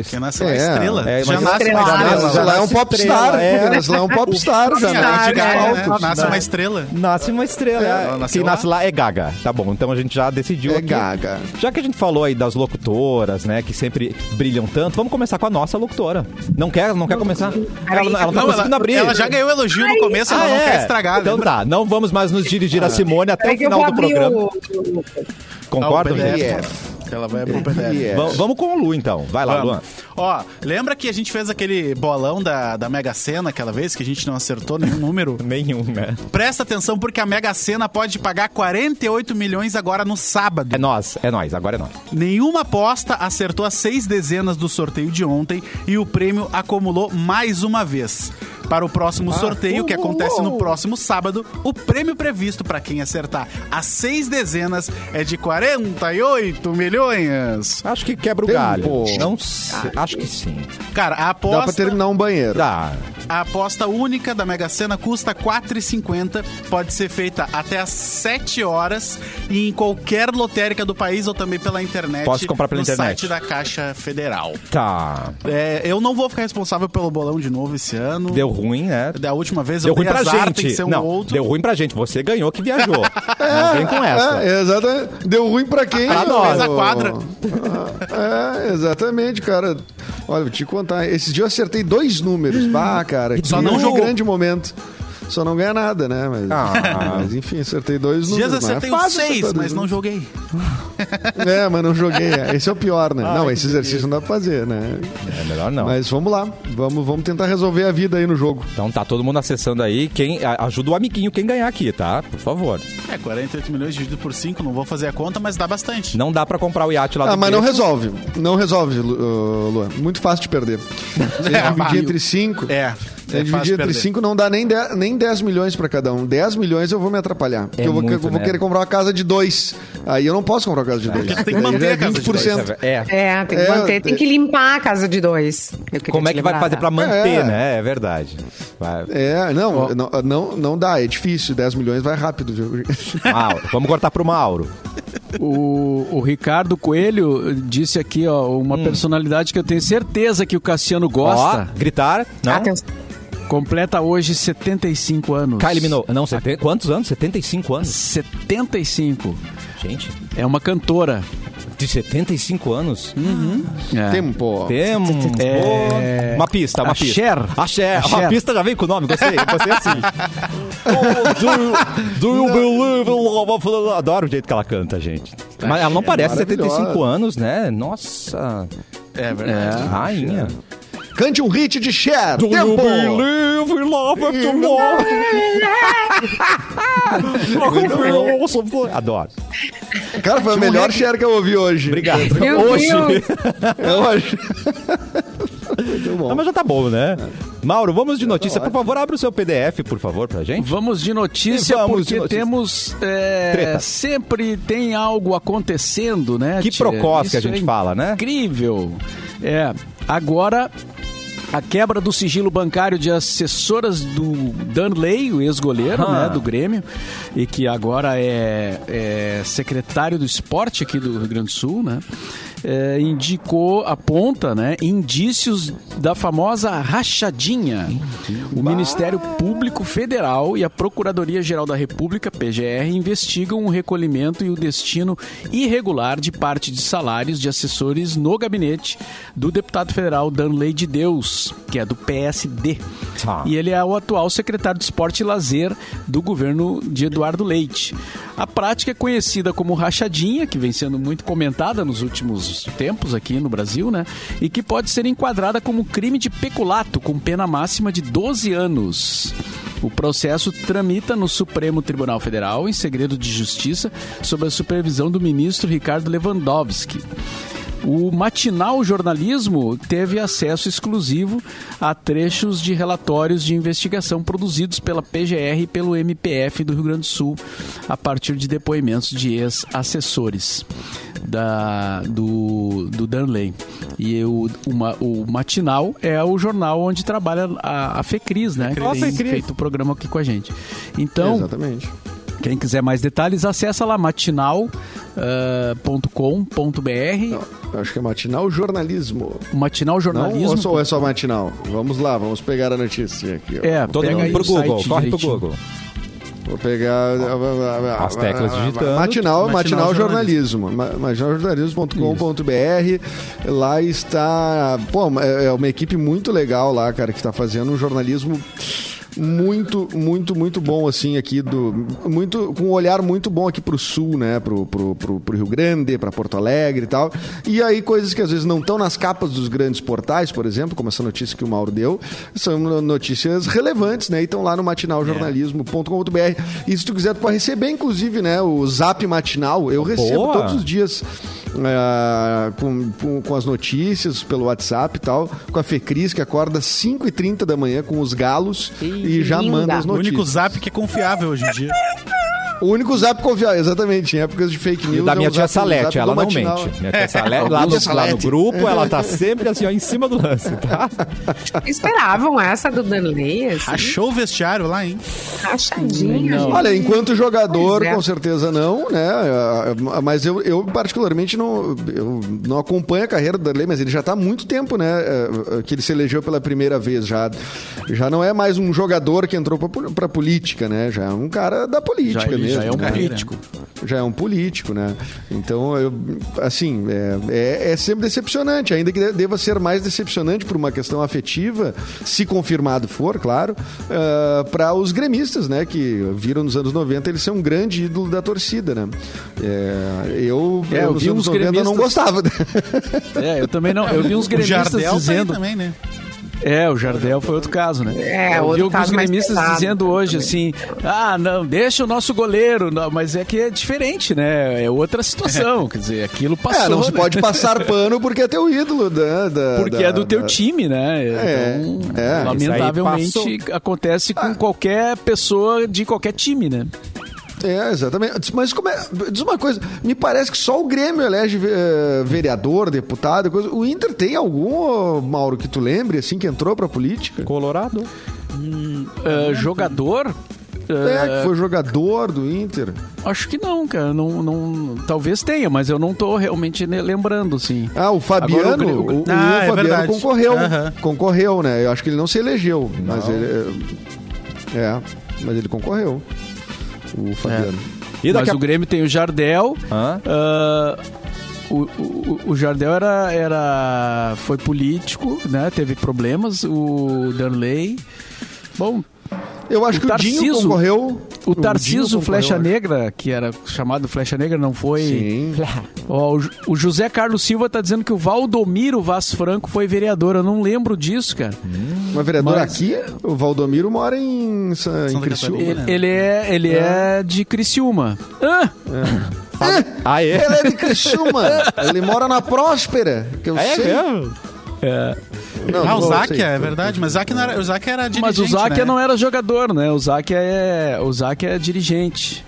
Quem nasce lá É, é estrela. é, já mas nasce estrela- uma Ah, estrela. Mas lá é um nasce popstar. estrela, é. Mas lá é um popstar, já Sim, Popstar, a nasce gente de né? fala, palco. né? Nasce uma estrela. Nasce uma estrela. É, ela Quem nasceu nasce lá é Gaga. Tá bom, então a gente já decidiu É aqui. Gaga. Já que a gente falou aí das locutoras, né, que sempre brilham tanto, vamos começar com a nossa locutora. Não quer, não, quer começar? Ela, ela não tá Não, conseguindo ela, abrir. ela já ganhou elogio no começo, ela Ah, não é? quer estragar. Então né? tá, não vamos mais nos dirigir a Simone até Peraí o que eu vou final do abrir programa. o... Ah, o Concordo, PDF. gente? Ela vai abrir o PDF. Yeah. Vamos, vamos com o Lu, então. Vai lá, Vamos. Luan. Ó, lembra que a gente fez aquele bolão da, da Mega Sena aquela vez, que a gente não acertou nenhum número? Nenhum, né? Presta atenção, porque a Mega Sena pode pagar 48 milhões agora no sábado. É nós, é nós, agora é nós. Nenhuma aposta acertou as seis dezenas do sorteio de ontem e o prêmio acumulou mais uma vez. Para o próximo Ah, sorteio, que acontece no próximo sábado, o prêmio previsto para quem acertar as seis dezenas é de 48 milhões. Acho que quebra o Tempo. galho. Ah, Não sei, acho que sim. Cara, a aposta... Dá pra terminar um banheiro. Dá. A aposta única da Mega Sena custa R$ 4,50. Pode ser feita até às 7 horas e em qualquer lotérica do país ou também pela internet. Posso comprar pela no internet. site da Caixa Federal. Tá. É, eu não vou ficar responsável pelo bolão de novo esse ano. Deu É ruim, né? Da última vez Deu eu ruim dei pra azar, tem que gente. ser um Não, outro. deu ruim pra gente. Você ganhou que viajou. Não vem com essa. É, exatamente. Deu ruim pra quem? Pra nós. ô? Fez a quadra. Ah, é, exatamente, cara. Olha, vou te contar. Esses dias eu acertei dois números. Bah, cara. Hum. Só que não jogou. grande momento. Só não ganha nada, né? Mas, Ah. mas, enfim, acertei dois Esses Dias números. acertei não é uns fácil acertar seis, dois mas não números. joguei. É, mas não joguei. é. Esse é o pior, Ah, né? não, esse exercício não dá pra fazer, né? É melhor não. Mas vamos lá. Vamos, vamos tentar resolver a vida aí no jogo. Então tá todo mundo acessando aí. Quem a- ajuda o amiguinho quem ganhar aqui, tá? Por favor. É, 48 milhões dividido por 5, não vou fazer a conta, mas dá bastante. Não dá pra comprar o iate lá do Ah, mas não Pedro. resolve. Não resolve, Lu- ô, Luan. Muito fácil de perder. Se É, dividir vai. entre cinco. É, Se é dividir fácil entre perder. cinco não dá nem 10, nem 10 milhões pra cada um. 10 milhões eu vou me atrapalhar. Porque eu vou, muito, eu vou né? querer comprar uma casa de dois. Aí eu não posso comprar uma casa de dois. Porque tem que Aí manter já é a casa de dois, É. É, tem que É, manter, tem que limpar a casa de dois. Eu queria Como é te que vai lembrar. fazer pra manter, É. né? É verdade. Vai- É, não, não, não, não dá, é difícil. 10 milhões vai rápido, viu? Mauro, vamos cortar pro Mauro. O, o Ricardo Coelho disse aqui, ó, uma Hum. personalidade que eu tenho certeza que o Cassiano gosta. Ó, gritar. Não. Atenção. Completa hoje 75 anos. Kylie Minogue. Não, 70, quantos anos? 75 anos. 75. Gente, É uma cantora. de 75 anos? É. Tempo. Temos É. uma pista, uma pista. Asher. Asher. Uma Asher. pista já vem com o nome, gostei. Gostei assim. Oh, do you, do you believe in love? of- Adoro o jeito que ela canta, gente. Mas ela não parece 75 maravilhosa. anos, né? Nossa, É verdade. rainha. Cante um hit de Cher. Do you Tempo. believe in love after love? Adoro. Cara, foi a melhor Cher que eu ouvi hoje. É Obrigado. Meu Hoje. Deus. Eu acho. Muito bom. Não, mas já tá bom, né? Mauro, vamos de notícia. Por favor, abre o seu PDF, por favor, pra gente. Vamos de notícia, Vamos porque de notícia. temos. é, Treta. sempre tem algo acontecendo, né? Que Tia? procós que a Isso é gente fala, né? Incrível. É. Agora. A quebra do sigilo bancário de assessoras do Danley, o ex-goleiro Aham. né, do Grêmio, e que agora é, é secretário do esporte aqui do Rio Grande do Sul, né? é, indicou, aponta, né, indícios da famosa rachadinha. O Ministério Público Federal e a Procuradoria-Geral da República, PGR, investigam o recolhimento e o destino irregular de parte de salários de assessores no gabinete do deputado federal Danley de Deus, que é do PSD. Tá. E ele é o atual secretário de Esporte e Lazer do governo de Eduardo Leite. A prática é conhecida como rachadinha, que vem sendo muito comentada nos últimos tempos aqui no Brasil, né? E que pode ser enquadrada como crime de peculato, com pena máxima de 12 anos. O processo tramita no Supremo Tribunal Federal, em segredo de justiça, sob a supervisão do ministro Ricardo Lewandowski. O matinal jornalismo teve acesso exclusivo a trechos de relatórios de investigação produzidos pela PGR e pelo MPF do Rio Grande do Sul, a partir de depoimentos de ex-assessores da, do, do Danley. E o, uma- o matinal é o jornal onde trabalha a, a Fecris, né? Que tem feito o programa aqui com a gente. Então, Exatamente. quem quiser mais detalhes, acessa lá ah, matinal.com.br. Eu acho que é matinal jornalismo. O Matinal Não, ou Jornalismo. só, ou é só matinal? Vamos lá, vamos pegar a notícia aqui. ó. É, Todo pega mundo aí pro o site Google, corre pro direitinho. Google. Vou pegar As teclas digitando. Matinal, matinal Matinal jornalismo. Ma- Matinaljornalismo.com.br. Lá está. Pô, é é uma equipe muito legal lá, cara, que está fazendo um jornalismo muito, muito, muito bom, assim, aqui do. Muito, com um olhar muito bom aqui pro sul, né? Pro, pro, pro, pro Rio Grande, pra Porto Alegre e tal. E aí, coisas que às vezes não estão nas capas dos grandes portais, por exemplo, como essa notícia que o Mauro deu, são notícias relevantes, né? E estão lá no matinaljornalismo.com.br. E se tu quiser, tu pode receber, inclusive, né? O zap matinal. Eu recebo Boa! todos os dias. ah, com, com, com as notícias pelo WhatsApp e tal, com a Fecris que acorda às 5h30 da manhã com os galos e já linda. manda as O notícias. único zap que é confiável hoje em dia. O único zap confiável, exatamente, em épocas de fake news. E da é minha o tia zap- o zap Salete, do ela não matinal. mente. Minha tia Salete, lá, Tia no, lá no Salete. grupo, ela tá sempre assim, ó, em cima do lance, tá? Esperavam essa do Danley, assim, Achou o vestiário lá, hein? rachadinha. Não. gente. Olha, enquanto jogador, Pois é. com certeza não, né? Ah, Mas eu, eu particularmente não, eu não acompanho a carreira do Darley, mas ele já está há muito tempo, né? eh, Que ele se elegeu pela primeira vez. Já, já não é mais um jogador que entrou para política, né? Já é um cara da política Já, ele mesmo. já é um né? político. já é um político, né? Então, eu, assim, é, é- é sempre decepcionante, ainda que de- deva ser mais decepcionante por uma questão afetiva, se confirmado for, claro, para os gremistas, né? Que viram nos anos 90 ele ser um grande ídolo da torcida, né? É, eu, É, eu nos vi anos uns 90 eu não gremistas- gostava. né? É, eu também não. Eu vi uns o gremistas Jardel tá aí dizendo. também, né? É, o Jardel foi outro caso, né? É, eu outro vi alguns caso mais gremistas pesado dizendo hoje assim: ah, não, deixa o nosso goleiro. Não, mas é que é diferente, né? É outra situação. Quer dizer, aquilo passou. É, não se né? pode passar pano porque é teu ídolo. Da, da- Porque da- é do teu da- time, né? É, é. Então, Isso aí lamentavelmente acontece com qualquer pessoa de qualquer time, né? É, exatamente. Mas como é, diz uma coisa, me parece que só o Grêmio elege eh, vereador, deputado, coisa. O Inter tem algum, ô, Mauro, que tu lembre, assim, que entrou pra política? Colorado. Ah, jogador. ah, É, que foi jogador do Inter. Acho que não, cara. Não, não, talvez tenha, mas eu não tô realmente ne- lembrando, assim. Ah, o Fabiano, Agora o Gre- o, o Ah, é Fabiano verdade. concorreu. Aham. Concorreu, né? Eu acho que ele não se elegeu, mas ele eh, é, mas ele concorreu. O Fabiano. E mas daqui a o Grêmio tem o Jardel. Hã? ah, o, o, o Jardel era, era. Foi político, né? Teve problemas. O Danley. Bom, Eu acho O que o Dinho Tarciso- concorreu. o Dinho Tarciso concorreu, Flecha acho. Negra, que era chamado Flecha Negra, não foi. Sim. Ó, o Ju- o José Carlos Silva tá dizendo que o Valdomiro Vaz Franco foi vereador. Eu não lembro disso, cara. Uma vereadora Mas- aqui, o Valdomiro mora em, Sa- em Santa Criciúma. Catarina. né? Ele, ele é, ele é de Criciúma. Ah, Ah, é? Ele é de Criciúma. Ele mora na Próspera, que eu É sei. mesmo? Não, Ah, o não Zakia, sei. é verdade. Mas Zakia não era- o Zakia era dirigente, mas o Zaque né? não era jogador, né? O Zaque é, o Zaque é dirigente.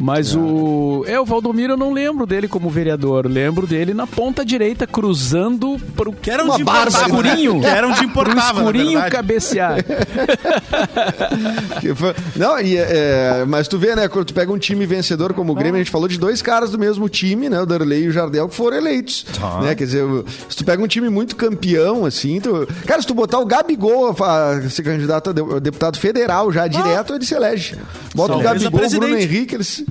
Mas o. É, o Valdomiro eu não lembro dele como vereador. Lembro dele na ponta direita, cruzando pro. Que era um Uma de importava, Bárbara. né? Que era um de Pro importava, na escurinho verdade. cabecear. Que foi- Não, e, é, mas tu vê, né? Quando tu pega um time vencedor como o Grêmio, a gente falou de dois caras do mesmo time, né? O Darley e o Jardel, que foram eleitos. Tá. Né? Quer dizer, o- se tu pega um time muito campeão, assim. tu- Cara, se tu botar o Gabigol a fa- a ser candidato a de- a deputado federal já direto, ele se elege. Bota o Talvez a Gabigol, o Bruno presidente. Henrique, eles.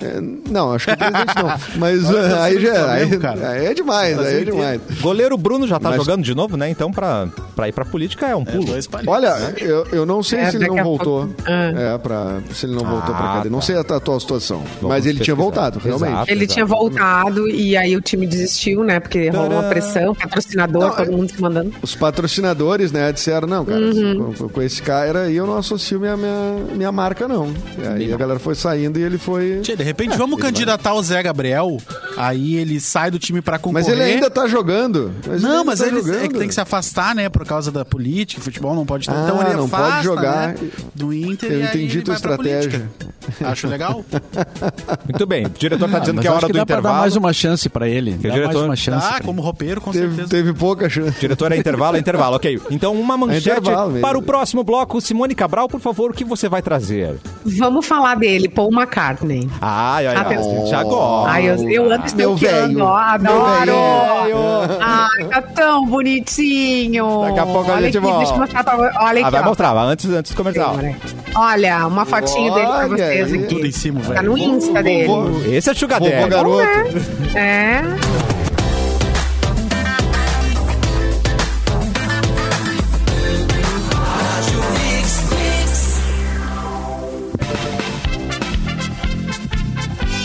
É, não, acho que o presente não. Mas eh, aí já é. Aí, aí é demais, aí é demais. Goleiro Bruno já tá Mas- jogando de novo, né? Então, pra, pra ir pra política é um pulo. Dois palitos. Olha, eu, eu não sei É, se ele daqui não a voltou. pouco. É, pra, se ele não voltou pra Ah, cadeia. Não tá. sei a tua situação. mas ele tinha pesquisar. voltado, realmente. Exato, Ele exato. tinha voltado e aí o time desistiu, né? Porque rolou Tcharam. uma pressão, patrocinador, Não, todo eu- mundo se mandando. Os patrocinadores, né, disseram, não, cara, com, com esse cara aí eu não associo minha, minha, minha marca, não. E aí a galera foi saindo e ele foi... Tchê, de repente, vamos candidatar o Zé Gabriel. Aí ele sai do time pra concorrer. Mas ele ainda tá jogando. Não, mas ainda ele tá é que tem que se afastar, né? Por causa da política, futebol não pode ter. Ah, então ele não afasta, pode jogar. né, do Inter Eu e aí entendi ele tua vai pra estratégia. política. Acho legal. Tá, Muito bem, o diretor tá dizendo Mas que é acho hora do dá pra dar intervalo. mais uma chance pra ele. Dá mais diretor? uma chance. Tá, pra como roupeiro, com Teve, certeza. teve pouca chance. Diretor, é intervalo, é intervalo, ok. Então, uma manchete intervalo mesmo. para o próximo bloco. Simone Cabral, por favor, o que você vai trazer? Vamos falar dele, Paul McCartney. Ai, ai, ai. Atenção. Já agora. Ai, eu, eu ando Meu stalkeando, velho. ó, Meu adoro. Ai, tá tão bonitinho. Daqui a pouco a Olha gente aqui, volta. Deixa eu mostrar pra vo- Olha aqui, Ah, vai é ó. mostrar, vai, antes, antes do comercial. é. Olha, uma fotinho dele pra vocês Olha aí. aqui. Tudo em cima, velho. Tá no Insta dele. Vovô, Esse é Sugar vovô Daddy. garoto. É.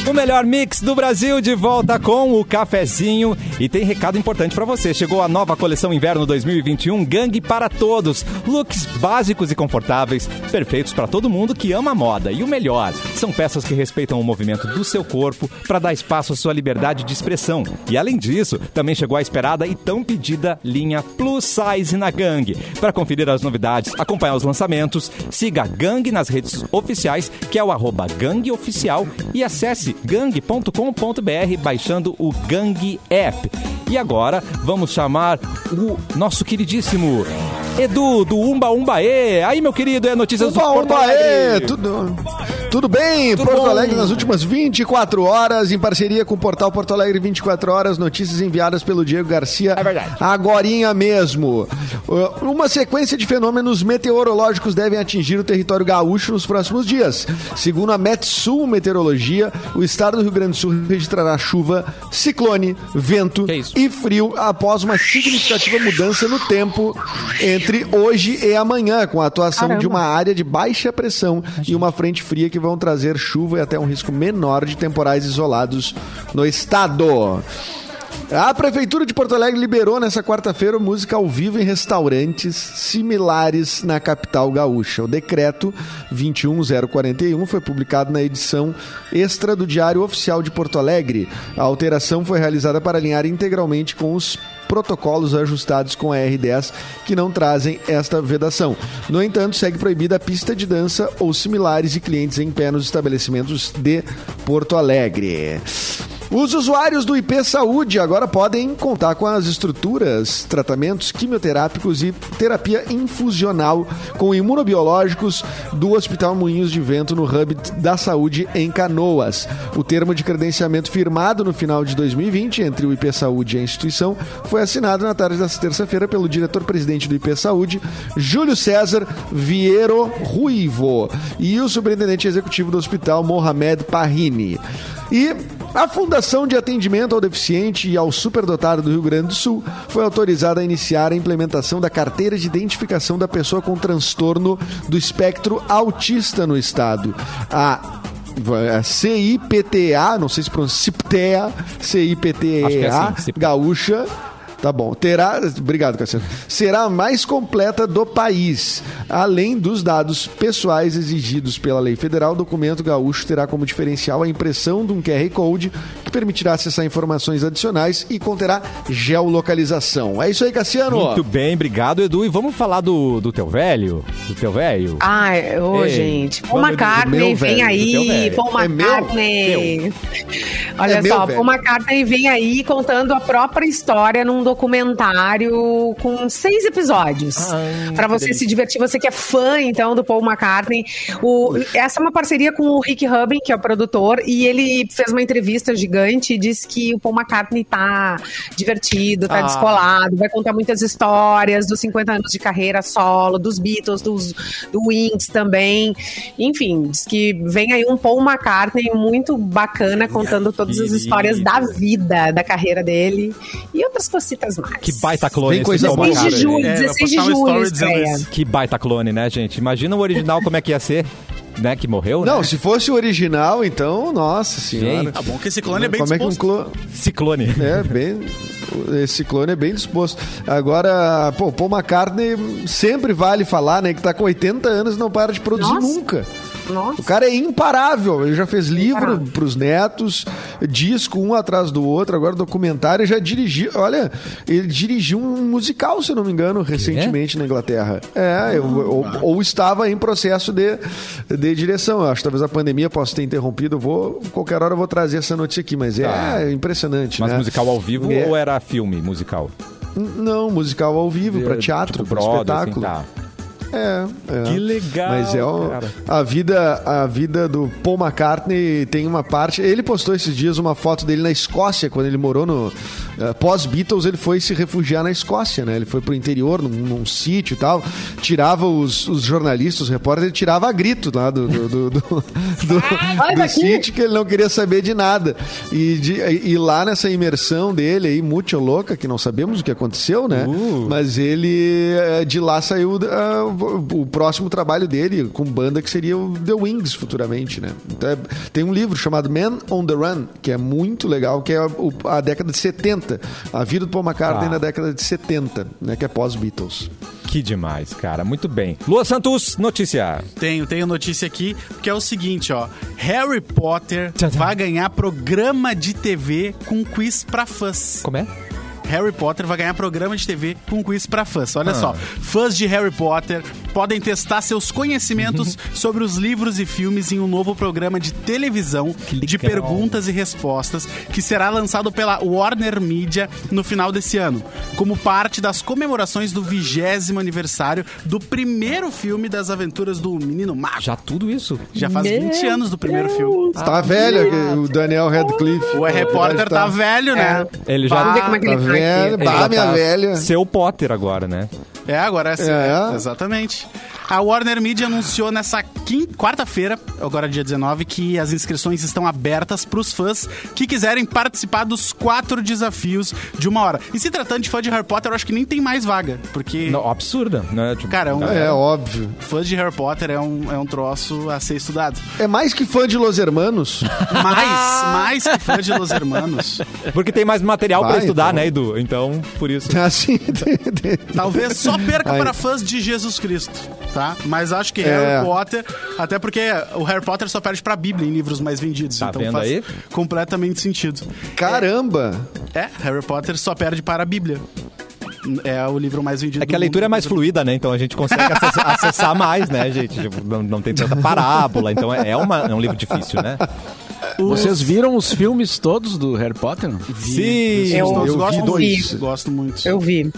O melhor mix do Brasil de volta com o cafezinho e tem recado importante pra você. Chegou a nova coleção Inverno 2021 Gangue para todos. Looks básicos e confortáveis, perfeitos pra todo mundo que ama a moda. E o melhor, são peças que respeitam o movimento do seu corpo pra dar espaço à sua liberdade de expressão. E além disso, também chegou a esperada e tão pedida linha Plus Size na Gangue. Pra conferir as novidades, acompanhar os lançamentos, siga a Gangue nas redes oficiais, que é o arroba Gangue Oficial, e acesse gangue.com.br baixando o Gangue App. E agora vamos chamar o nosso queridíssimo Edu do Umba Umbaê. Aí, meu querido, é notícias do Opa, Porto opa, ê, Alegre. tudo, tudo bem? Porto Alegre nas últimas 24 horas, em parceria com o portal Porto Alegre 24 horas, notícias enviadas pelo Diego Garcia. É verdade. Agorinha mesmo. Uh, Uma sequência de fenômenos meteorológicos devem atingir o território gaúcho nos próximos dias. Segundo a Metsul Meteorologia, o estado do Rio Grande do Sul registrará chuva, ciclone, vento Que isso? e frio após uma significativa mudança no tempo entre hoje e amanhã, com a atuação de uma área de baixa pressão e uma frente fria que vão trazer chuva e até um risco menor de temporais isolados no estado. A Prefeitura de Porto Alegre liberou nessa quarta-feira música ao vivo em restaurantes similares na capital gaúcha. O decreto 21041 foi publicado na edição extra do Diário Oficial de Porto Alegre. A alteração foi realizada para alinhar integralmente com os protocolos ajustados com a R10 que não trazem esta vedação. No entanto, segue proibida a pista de dança ou similares de clientes em pé nos estabelecimentos de Porto Alegre. Os usuários do IP Saúde agora podem contar com as estruturas, tratamentos quimioterápicos e terapia infusional com imunobiológicos do Hospital Moinhos de Vento no Hub da Saúde em Canoas. O termo de credenciamento firmado no final de 2020 entre o IP Saúde e a instituição foi assinado na tarde desta terça-feira pelo diretor-presidente do IP Saúde, Júlio César Vieiro Ruivo, e o superintendente executivo do hospital, Mohamed Parrini. E a Fundação de Atendimento ao Deficiente e ao Superdotado do Rio Grande do Sul foi autorizada a iniciar a implementação da carteira de identificação da pessoa com transtorno do espectro autista no estado. A a CIPTA, não sei se pronuncia, CIPTA, CIPTA, Acho que é assim, CIPTA. gaúcha. Tá bom. Terá. Obrigado, Cassiano. Será a mais completa do país. Além dos dados pessoais exigidos pela lei federal, o documento gaúcho terá como diferencial a impressão de um QR Code que permitirá acessar informações adicionais e conterá geolocalização. É isso aí, Cassiano. Muito bem, obrigado, Edu. E vamos falar do, do teu velho? Do teu velho? Ah, Ai, ô, Ei, gente. Paul quando eu digo McCartney, meu vem velho, teu aí. velho. Paul É meu? McCartney. Olha É meu só, velho. Paul McCartney vem aí contando a própria história num documentário com seis episódios. Pra você se divertir, você que é fã, então, do Paul McCartney. O, essa é uma parceria com o Rick Rubin, que é o produtor, e ele fez uma entrevista gigante arrogante e diz que o Paul McCartney tá divertido, tá descolado, vai contar muitas histórias dos 50 anos de carreira solo, dos Beatles, dos, do Wings também. Enfim, diz que vem aí um Paul McCartney muito bacana contando todas as histórias da vida, da carreira dele e outras cositas mais. Que baita clone. Vem esse coisa Paul 16 McCartney. de julho, É, eu vou 16 de postar uma julho, story dizendo estreia. isso. Que baita clone, né, gente? Imagina o original como é que ia ser, né? Que morreu, né? Não, se fosse o original, então, nossa senhora. Gente. Tá bom que esse clone é bem Como é que um disposto. clone... Ciclone. É, bem. Esse clone é bem disposto. Agora, pô, Paul McCartney sempre vale falar, né? Que tá com 80 anos e não para de produzir Nossa. nunca. O Nossa. cara é imparável. Ele já fez livro Imparável. pros netos, disco um atrás do outro, agora documentário. Já dirigiu. Olha, ele dirigiu um musical, se eu não me engano, é? recentemente na Inglaterra. É, eu- Ah, ou, tá. ou estava em processo de, de direção. Eu acho que talvez a pandemia possa ter interrompido. Eu vou, qualquer hora eu vou trazer essa notícia aqui, mas Tá. é impressionante. Mas né? musical ao vivo É. ou era filme musical? Não, musical ao vivo, para É, teatro, tipo pra Broadway, assim, espetáculo. tá. É, é. Que legal, Mas é o- cara. a vida, a vida do Paul McCartney tem uma parte. Ele postou esses dias uma foto dele na Escócia quando ele morou no eh, pós Beatles. Ele foi se refugiar na Escócia, né? Ele foi pro interior, num, num sítio e tal. Tirava os, os jornalistas, os repórteres, ele tirava a grito lá do do, do, do- do- Sai do daqui! sítio que ele não queria saber de nada. E, de- e lá nessa imersão dele aí muito louca que não sabemos o que aconteceu, né? Uh. Mas ele eh, de lá saiu ah, o o próximo trabalho dele com banda que seria o The Wings futuramente, né? Então, é- tem um livro chamado Man on the Run, que é muito legal, que é o- a década de 70, a vida do Paul McCartney Ah. na década de 70, né, que é pós Beatles. Que demais, cara. Muito bem. Lua Santos, notícia. um- Tenho, tenho notícia aqui, que é o seguinte, ó. Harry Potter Tchau, tchau. vai ganhar programa de TV com quiz pra fãs. Como é? Harry Potter vai ganhar programa de TV com quiz pra fãs. Olha Ah. só, fãs de Harry Potter podem testar seus conhecimentos sobre os livros e filmes em um novo programa de televisão de legal. perguntas e respostas que será lançado pela Warner Media no final desse ano, como parte das comemorações do vigésimo aniversário do primeiro filme das aventuras do Menino Mago. Já tudo isso? Já faz 20 anos do primeiro filme. tá velho o Daniel Radcliffe. O repórter tá velho, né? Ele já- Vamos ver como é que Tá ele tá velho, aqui. Ele bah, já minha tá velha. Seu Potter agora, né? É, agora é, assim, É. é. Exatamente. A Warner Media anunciou nessa quin- quarta-feira, agora dia 19, que as inscrições estão abertas para os fãs que quiserem participar dos quatro desafios de uma hora. E se tratando de fã de Harry Potter, eu acho que nem tem mais vaga, porque Não, absurda, né? Tipo, Cara, é um- É óbvio. fã de Harry Potter é um, é um troço a ser estudado. É mais que fã de Los Hermanos. Mais, mais que fã de Los Hermanos. Porque tem mais material pra Vai, estudar, então. né, Edu? Então, por isso. assim, tem- tem- Talvez só perca Ai. para fãs de Jesus Cristo, tá? Mas acho que É. Harry Potter, até porque o Harry Potter só perde pra Bíblia em livros mais vendidos, Tá então vendo faz aí? completamente sentido. Caramba! É, Harry Potter só perde para a Bíblia. É o livro mais vendido. É que do a leitura é mundo. mais fluida, né? Então a gente consegue acessar, acessar mais, né, gente? Tipo, não, não tem tanta parábola, então é, é uma- é um livro difícil, né? Vocês viram os filmes todos do Harry Potter? Sim! Eu- Todos eu vi gostam dois. muito. Gosto muito Eu vi.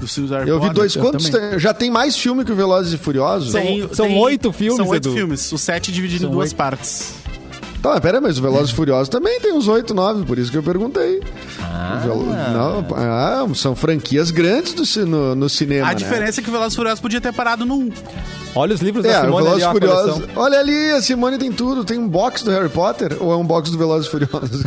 dos filmes do É. Harry Eu vi Potter. dois. Quantos tem? Já tem mais filme que o Velozes e Furiosos? Tem- São tem- oito filmes, São oito Edu. filmes. Os sete divididos em duas partes. Tá, mas pera, mas o Velozes e Furiosos também tem uns oito, nove, por isso que eu perguntei. Ah, não, ah, são franquias grandes do, ci- no, no cinema. a né? diferença é que o Velozes e Furiosos podia ter parado no 1. Olha os livros da É, o Simone ali, Velozes ó, e a Furiosos. coleção. Olha ali, a Simone tem tudo. Tem um box do Harry Potter ou é um box do Velozes e Furiosos?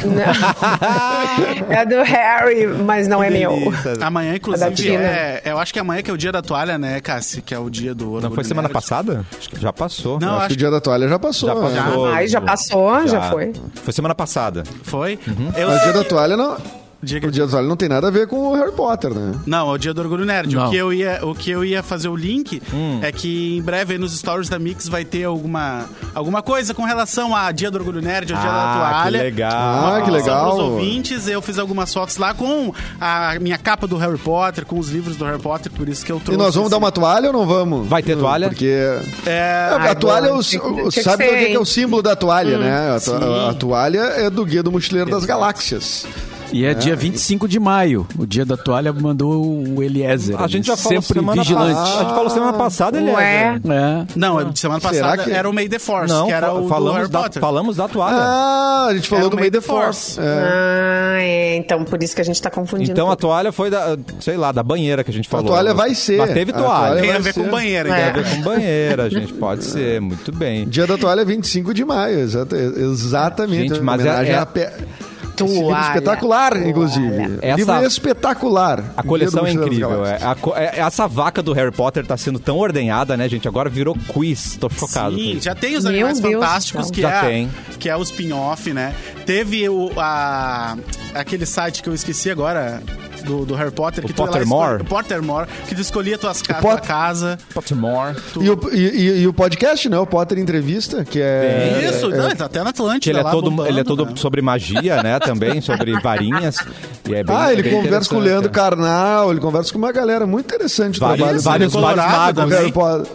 É do Harry, mas não é meu. Amanhã, inclusive, Tina. é, eu acho que amanhã que é o dia da toalha, né, Cassi? Que é o dia do Não orgulho foi semana nerd. passada? Acho que já passou. Não, Acho que o Dia da Toalha já passou. Já né? passou. Ai, já passou, já foi. Foi semana passada. Foi? Uhum. Mas É Eu o sei- Dia da Toalha não... Diga- O Dia da Toalha não tem nada a ver com o Harry Potter, né? Não, é o dia do Orgulho Nerd. O Não. que, eu ia, o que eu ia fazer o link Hum. é que em breve aí nos stories da Mix vai ter alguma, alguma coisa com relação a dia do Orgulho Nerd, o dia da Ah, que toalha. legal. Ah, que São legal. Os ouvintes, eu fiz algumas fotos lá com a minha capa do Harry Potter, com os livros do Harry Potter, por isso que eu E trouxe. nós vamos dar esse- uma toalha ou não vamos? Vai ter toalha? Porque. É, a ai, toalha, é o, bom, tinha que- Hum, o- tinha que sabe ser, o que é hein? o símbolo da toalha, né? A, to- sim. É. a toalha é do Guia do Mochileiro das Galáxias. E é, dia 25 de maio. O dia da toalha mandou o Eliezer. A gente Ele já falou sempre semana vigilante. passada. A gente falou semana passada, ele Ué. É. Não, é- Será semana passada que- era o May the Force, Ah. Não, que era fa- o do falamos, Harry da, Potter. falamos da toalha. Ah, a gente Era falou o do May May the the Force. É. Ah, é. Então, por isso que a gente tá confundindo. Então a tudo. toalha foi da, sei lá, da banheira que a gente falou. toalha vai ser. Mas teve A toalha. toalha Tem a vai ver com ser. banheiro, É. Tem a ideia. ver com banheira, gente. Pode ser, muito bem. Dia da toalha é 25 de maio, exata- exatamente. Gente, mas Homenagem é- é- à pe- esse livro Toalha, espetacular, toalha. inclusive. Essa- Livro espetacular. A coleção é Guia do Mochileiro das incrível. é. Galáxias. A co- é- essa vaca do Harry Potter tá sendo tão ordenhada, né, gente? Agora virou quiz. Tô chocado. com Sim, isso. já tem os Meu Animais Deus do Fantásticos, céu. que, Já é, tem. que é o spin-off, né? Teve o, a, aquele site que eu esqueci agora, do, do Harry Potter. O que tu ia lá Pottermore? escolher- Pottermore, que tu escolhia tuas ca Pot- tua casa. Pottermore. E o, e- e- e o podcast, né? O Potter Entrevista, que é. Tem. Isso, é- não, tá até na Que Atlântida ele é lá, todo, bombando, ele é todo né? sobre magia, né? Também, sobre varinhas. E é bem- Ah, ele bem conversa com o interessante, Leandro né? Carnal, ele conversa com uma galera. Muito interessante o trabalho Vários, do vários, vários Colorado magos. também. Harry Potter.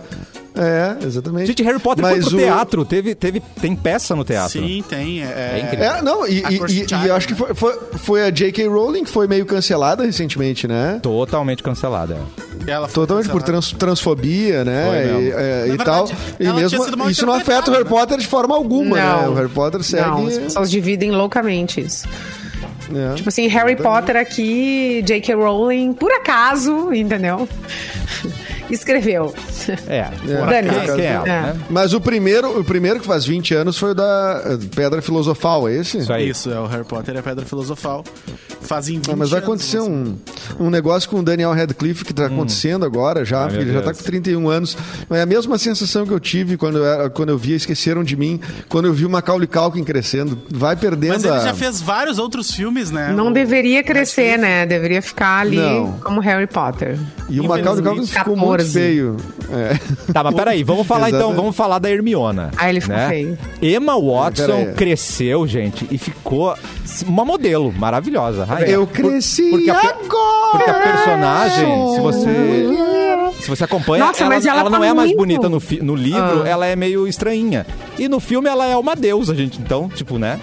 É, exatamente. Ah, Gente, Harry Potter Mas foi pro o- teatro. Teve, teve, tem peça no teatro. Sim, tem. É, É incrível. É, não, e, A e- Corte e- Chai, e eu acho que foi, foi, foi a J.K. Rowling que foi meio cancelada recentemente, né? Totalmente cancelada. é. Ela foi Totalmente por cancelada. trans- transfobia, Foi né? mesmo. E, é, Na e verdade, tal. E ela tinha mesmo sido mal isso não afeta o interpretada, Harry né? Potter de forma alguma, né? Não. O Harry Potter segue. Não, as pessoas dividem loucamente isso. né? Tipo assim, Harry Potter aqui, J.K. Rowling, por acaso, entendeu? Escreveu. É. Dani. Quem, quem é ela, É. né? Mas o primeiro, o primeiro que faz 20 anos foi o da eh, Pedra Filosofal, é esse? Isso aí. Isso, é o Harry Potter e a Pedra Filosofal. Fazem 20 Ah, mas vai anos, Hum. acontecer assim. um, um negócio com o Daniel Radcliffe que tá acontecendo agora Ah, já, porque meu ele já tá Deus. com 31 anos. É a mesma sensação que eu tive quando eu, era- quando eu via Esqueceram de Mim, quando eu vi o Macaulay Culkin crescendo. Vai perdendo Mas ele a... já fez vários outros filmes, É né? Não O- deveria crescer, né? Deveria ficar ali Não. como Harry Potter. E o Macaulay Culkin ficou 14. muito feio. É. Tá, mas peraí, vamos falar então, Exatamente. vamos falar da Hermiona. Ah, ele ficou né? feio. Emma Watson Peraí. cresceu, gente, e ficou uma modelo maravilhosa. rainha. Eu Por- cresci porque a pe- agora! Uhum. Porque a personagem, se você, se você acompanha, Nossa, ela, mas ela não tá é mais muito- bonita no, fi- no livro, Ah. ela é meio estranhinha. E no filme ela é uma deusa, gente. Então, tipo, né?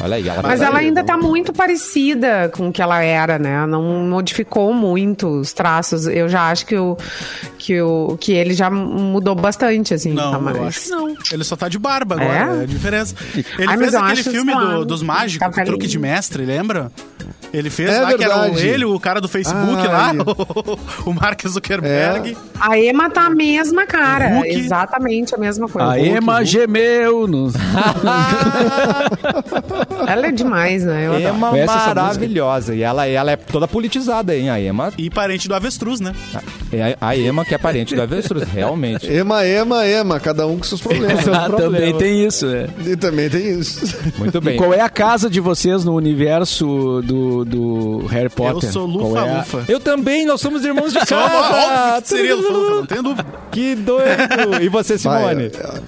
Olha aí, ela Mas ela ainda tá muito parecida com o que ela era, né? Não modificou muito os traços. Eu já acho que o que, o, que ele já mudou bastante, assim. Não, tá mais- eu acho que não. Ele só tá de barba É? agora, é, a diferença. Ele Ai, mas fez eu aquele acho, filme sei lá, do- dos mágicos, tá que é truque velhinho. de mestre, lembra? Ele fez É lá, que verdade. era o, ele, o cara do Facebook Ah, Ai. é. lá, o, Mark Zuckerberg. A Emma tá a mesma cara. Hulk. Exatamente a mesma coisa. A Ema gemeu. No... Ah, Ela é demais, né? Eu adoro. Emma Conhece essa música? maravilhosa. E ela, ela é toda politizada, hein? A Emma. E parente do avestruz, né? é A, a Emma que é parente do avestruz, realmente. Ema, Ema, Ema, cada um com seus problemas. Ah, também tem isso, né? e também tem isso. Muito bem. E qual é a casa de vocês no universo do, do Harry Potter? Eu sou Qual é a- Lufa-Lufa. Eu também, nós somos irmãos de Só óbvio casa. que seria Lufa-Lufa, não tenho dúvida. Que doido. E você, Simone? Vai,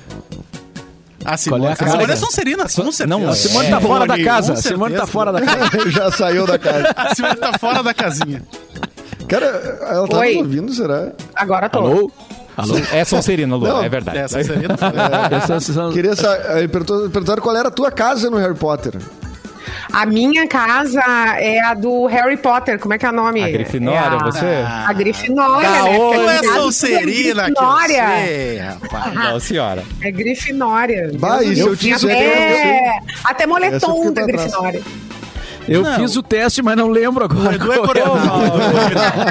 A Simone, é a a Simone casa? é Sonserina, com certeza. Não, A Simone tá É. fora da Simone, casa. com A Simone tá certeza. fora da casa. já saiu da casa. A Simone tá fora da casinha. Cara, ela tá Oi. nos ouvindo, será? Agora tô. Alô? Alô? É Sonserina, Lu, Não, é Tá verdade. É, Sonserina. Essa- essa- Queria sa- eh, perguntou- Perguntaram qual era a tua casa no Harry Potter. A minha casa é a do Harry Potter. Como é que é o nome? A Grifinória, É a- você? A Grifinória, Da né? Porque Não onde a é minha casa Sonserina que eu Grifinória. sei, rapaz. Não, senhora. É Grifinória. Bah, e se eu Tinha disser que eu não sei? até, É, Essa até eu moletom fiquei da pra trás. Grifinória. Eu Não. fiz o teste, mas não lembro O agora. Edu qual é é o coronel. nome.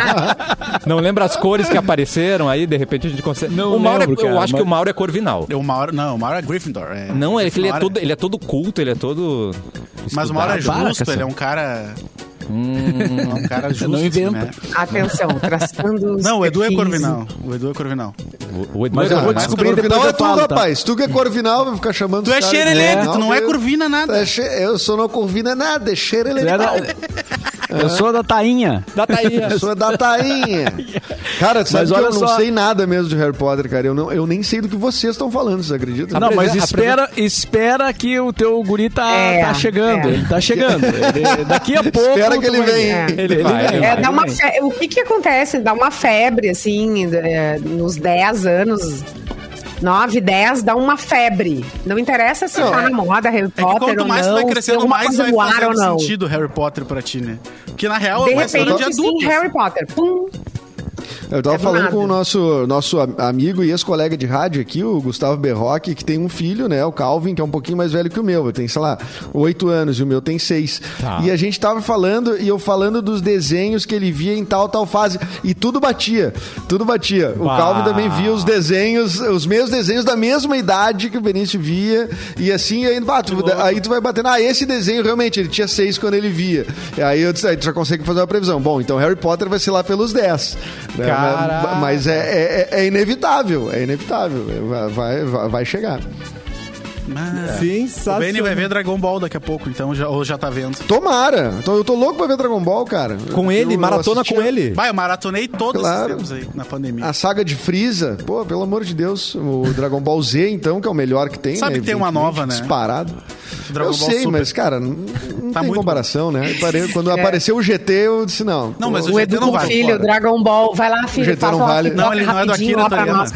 Não lembra as cores que apareceram aí, de repente a gente consegue. Não o Mauro é- lembro, eu cara, acho mas- que o Mauro é corvinal. O Mauro, não, o Mauro é Gryffindor. é. Não, é que ele é Mauro todo, ele é todo culto, ele é todo. Mas o Mauro Para, é justo, Cassiano. ele é um cara. Hum. é um cara justo. Não inventa. né? Atenção, traçando os Não, o Edu é perfis. Corvinal. O Edu é Corvinal. O, o Edu Mas é eu corvinal. vou descobrir. Mas depois Corvinal eu é tu, falo, tá? rapaz. Tu que é Corvinal, vai ficar chamando Tu os é caras. cheiro elétrico, tu não é eu- Corvina tu nada. é che- Eu sou não Corvina nada, é cheiro Eu elétrico. era- Eu sou da Tainha. Dá tá aí. Eu sou da Tainha. Cara, tu sabe Mas que olha eu não só. sei nada mesmo de Harry Potter, cara. Eu, não, eu nem sei do que vocês estão falando, vocês acreditam? Não, mas Apresen- espera, espera que o teu guri tá, É, tá chegando. é. Ele tá chegando. Ele- daqui a pouco. Espera tu que ele vai- vem. É. Ele vai, ele É, vai. dá uma fe- O que que acontece? Dá uma febre, assim, é, nos 10 anos 9, 10 dá uma febre. Não interessa se tá na moda Harry É que Potter quanto ou mais tu não, vai se tem crescendo, alguma mais coisa vai no ar ou fazendo não. sentido Harry Potter pra ti, né? Porque na real De é uma história de repente, sim, adulto. Harry Potter. Pum. Eu tava É do falando nada. com o nosso, nosso am- amigo e ex-colega de rádio aqui, o Gustavo Berroque, que tem um filho, né? O Calvin, que é um pouquinho mais velho que o meu. Tem, sei lá, oito anos e o meu tem seis. Tá. E a gente tava falando, e eu falando dos desenhos que ele via em tal, tal fase. E tudo batia. Tudo batia. O Bah. Calvin também via os desenhos, os mesmos desenhos da mesma idade que o Benício via. E assim, aí, bah, tu- aí tu vai batendo. Ah, esse desenho realmente, ele tinha seis quando ele via. E aí, eu disse, aí tu já consegue fazer uma previsão. Bom, então Harry Potter vai ser lá pelos dez. né? Caraca. Mas- Mas é, é- é inevitável, é inevitável. Vai- Vai, vai, vai chegar. Mas- O Sensacional. Benny vai ver Dragon Ball daqui a pouco, então, já, ou já tá vendo. Tomara! Então, eu tô louco pra ver Dragon Ball, cara. Com Eu- ele, eu maratona assisti com ele. Vai, eu maratonei todos Claro. esses tempos aí, na pandemia. A saga de Freeza, pô, pelo amor de Deus, o Dragon Ball Z, então, que é o melhor que tem. Sabe né, que tem uma evidentemente, nova, né? Disparado. Ah, Dragon eu Ball sei, Super. mas, cara, não, não Tá tem muito É. comparação, né? Pare- Quando apareceu o GT, eu disse, não. Não, mas pô, O O GT Edu não com vale filho, fora. Dragon Ball. Vai lá, O filho, GT faz não uma vale. pipoca Não, ele não é do rapidinho Akira lá pra Toriyama. nós.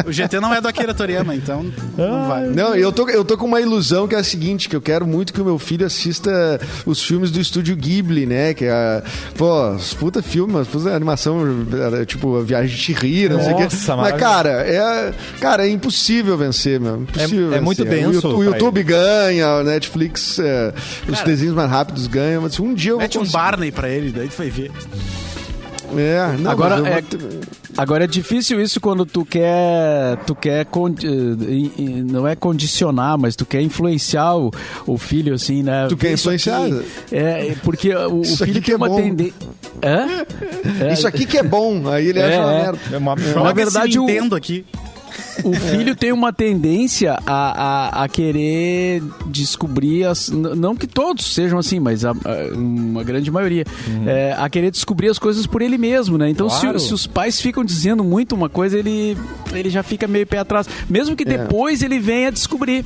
O GT não é do Akira Toriyama, então Ah, não vai. Não, eu tô, eu tô com uma ilusão que é a seguinte, que eu quero muito que o meu filho assista os filmes do estúdio Ghibli, né? Que é, pô, os puta filme, mas puta animação, é, tipo, a viagem de Chihiro, não sei o quê. Nossa, Mas, maravilha. cara, é, cara, é impossível vencer, meu. Impossível É- é vencer. muito denso O YouTube, o pra YouTube ganha, o Netflix, é, os desenhos mais rápidos ganham, mas um dia eu Mete vou um conseguir. Barney pra ele, daí tu vai ver. É, não, Agora mas eu é- vou ter- Agora é difícil isso quando tu quer, tu quer con- eh, in- in- não é condicionar, mas tu quer influenciar o, o filho assim, né? Tu quer Isso aqui- influenciar? É, é, porque o, o Isso aqui filho que tem é uma bom. tendência. Hã? É, Isso aqui que é bom, aí ele acha É, uma é. merda. É uma Joga verdade, esse o- Nintendo aqui. É. O filho tem uma tendência a, a, a querer descobrir, as, n- não que todos sejam assim, mas a- a- uma grande maioria, Uhum. é, a querer descobrir as coisas por ele mesmo, né? Então, se o- Claro. se, os pais ficam dizendo muito uma coisa, ele, ele já fica meio pé atrás, mesmo É. que depois ele venha descobrir.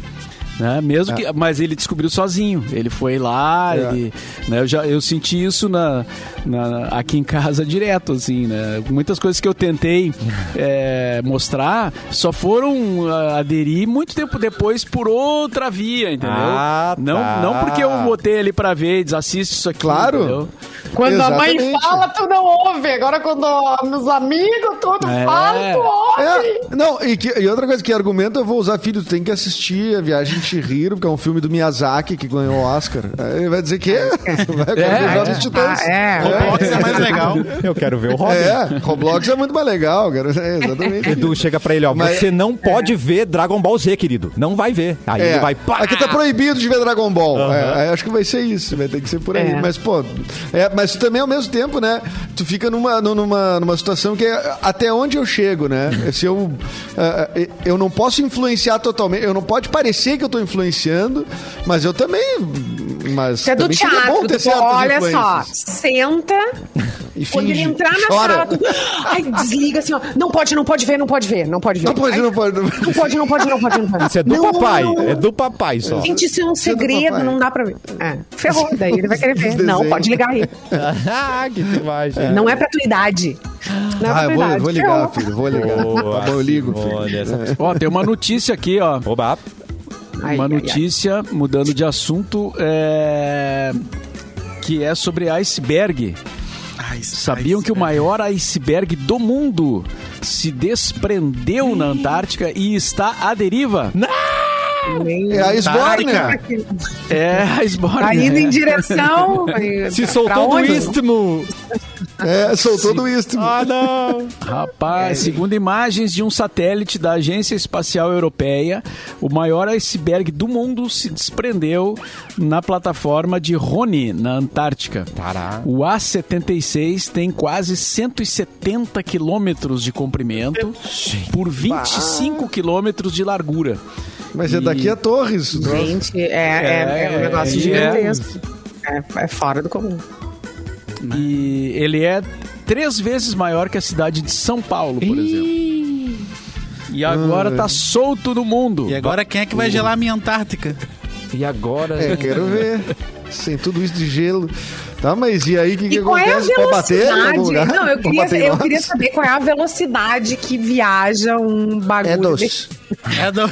Né? Mesmo que, mas ele descobriu sozinho. Ele foi lá, É. ele, né, eu, já, eu senti isso na, na- aqui em casa direto, assim, né? Muitas coisas que eu tentei é, mostrar só foram ah, aderir muito tempo depois por outra via, entendeu? Ah, tá. não, não porque eu botei ali pra ver e diz, assiste isso aqui. tá. Claro. entendeu? Quando a mãe Exatamente. fala, tu não ouve. Agora, quando meus amigos, tudo É. fala, tu ouve. É, não, e, que- e outra coisa que argumento eu vou usar, filho, tu tem que assistir a Viagem de Chihiro, que é um filme do Miyazaki que ganhou o Oscar. Aí ele vai dizer que vai É, é, é. os titãs. Ah, é. Roblox é mais legal. Eu quero ver o Robin. É, Roblox é muito mais legal, cara. É, exatamente. Edu chega pra ele, ó. Mas- Você não pode ver Dragon Ball Z, querido. Não vai ver. Aí É, ele vai. Pá! Aqui tá proibido de ver Dragon Ball. É, é, acho que vai ser isso, vai ter que ser por aí. É. Mas, pô, é, mas tu também ao mesmo tempo, né? Tu fica numa, nu- numa, numa situação que é até onde eu chego, né? Se eu, ah, ah, eu não posso influenciar totalmente. Eu não pode parecer que eu tô influenciando, mas eu também. Mas Você é do também seria teatro. bom ter tu- certas olha só, influências. senta, E Quando ele finge, entrar na chora. sala, tu... Ai, desliga assim, ó. Não pode, não pode ver, não pode ver, não pode ver. Não pode, Ai, não pode. não pode. não pode, não pode, não pode, não pode. Isso é do Não, papai. não, não. É do papai só. Gente, isso é um Isso é do segredo, papai. não dá pra ver. É, ferrou, daí ele vai querer ver. Desenho. Não, pode ligar aí. ah, que imagem. Não é pra tua idade. Não é pra Ah, tua eu vou, idade. eu vou ligar, Ferrou. filho. Vou ligar. Boa, tá bom, eu ligo. filho. Simone, essa- Ó, tem uma notícia aqui, ó. Oba. Ai, uma ai, ai. notícia, mudando de assunto, é, que é sobre iceberg. Ai, isso- Sabiam ai, que o maior iceberg do mundo se desprendeu na Antártica e está à deriva? Nem- É a Esborne. É, iceberg. Tá indo é. em direção. Se pra soltou do onde? istmo. É, soltou do Istmo. Ah, não. É. Rapaz, segundo imagens de um satélite da Agência Espacial Europeia, o maior iceberg do mundo se desprendeu na plataforma de Rony, na Antártica. Caraca. O A76 tem quase 170 quilômetros de comprimento por 25 quilômetros de largura. Mas é daqui E- a Torres. Gente, é, é, é um negócio É, gigantesco. É, é fora do comum. E ele é três vezes maior que a cidade de São Paulo, por exemplo. E agora tá solto no mundo. E agora quem é que vai gelar a minha Antártica? E agora? É, quero ver. Sem tudo isso de gelo. Tá, mas e aí o que, que E qual é a acontece? Pode bater em algum velocidade? lugar? Não, eu Pode queria, bater em eu nós? queria saber qual é a velocidade que viaja um bagulho. É doce. É do...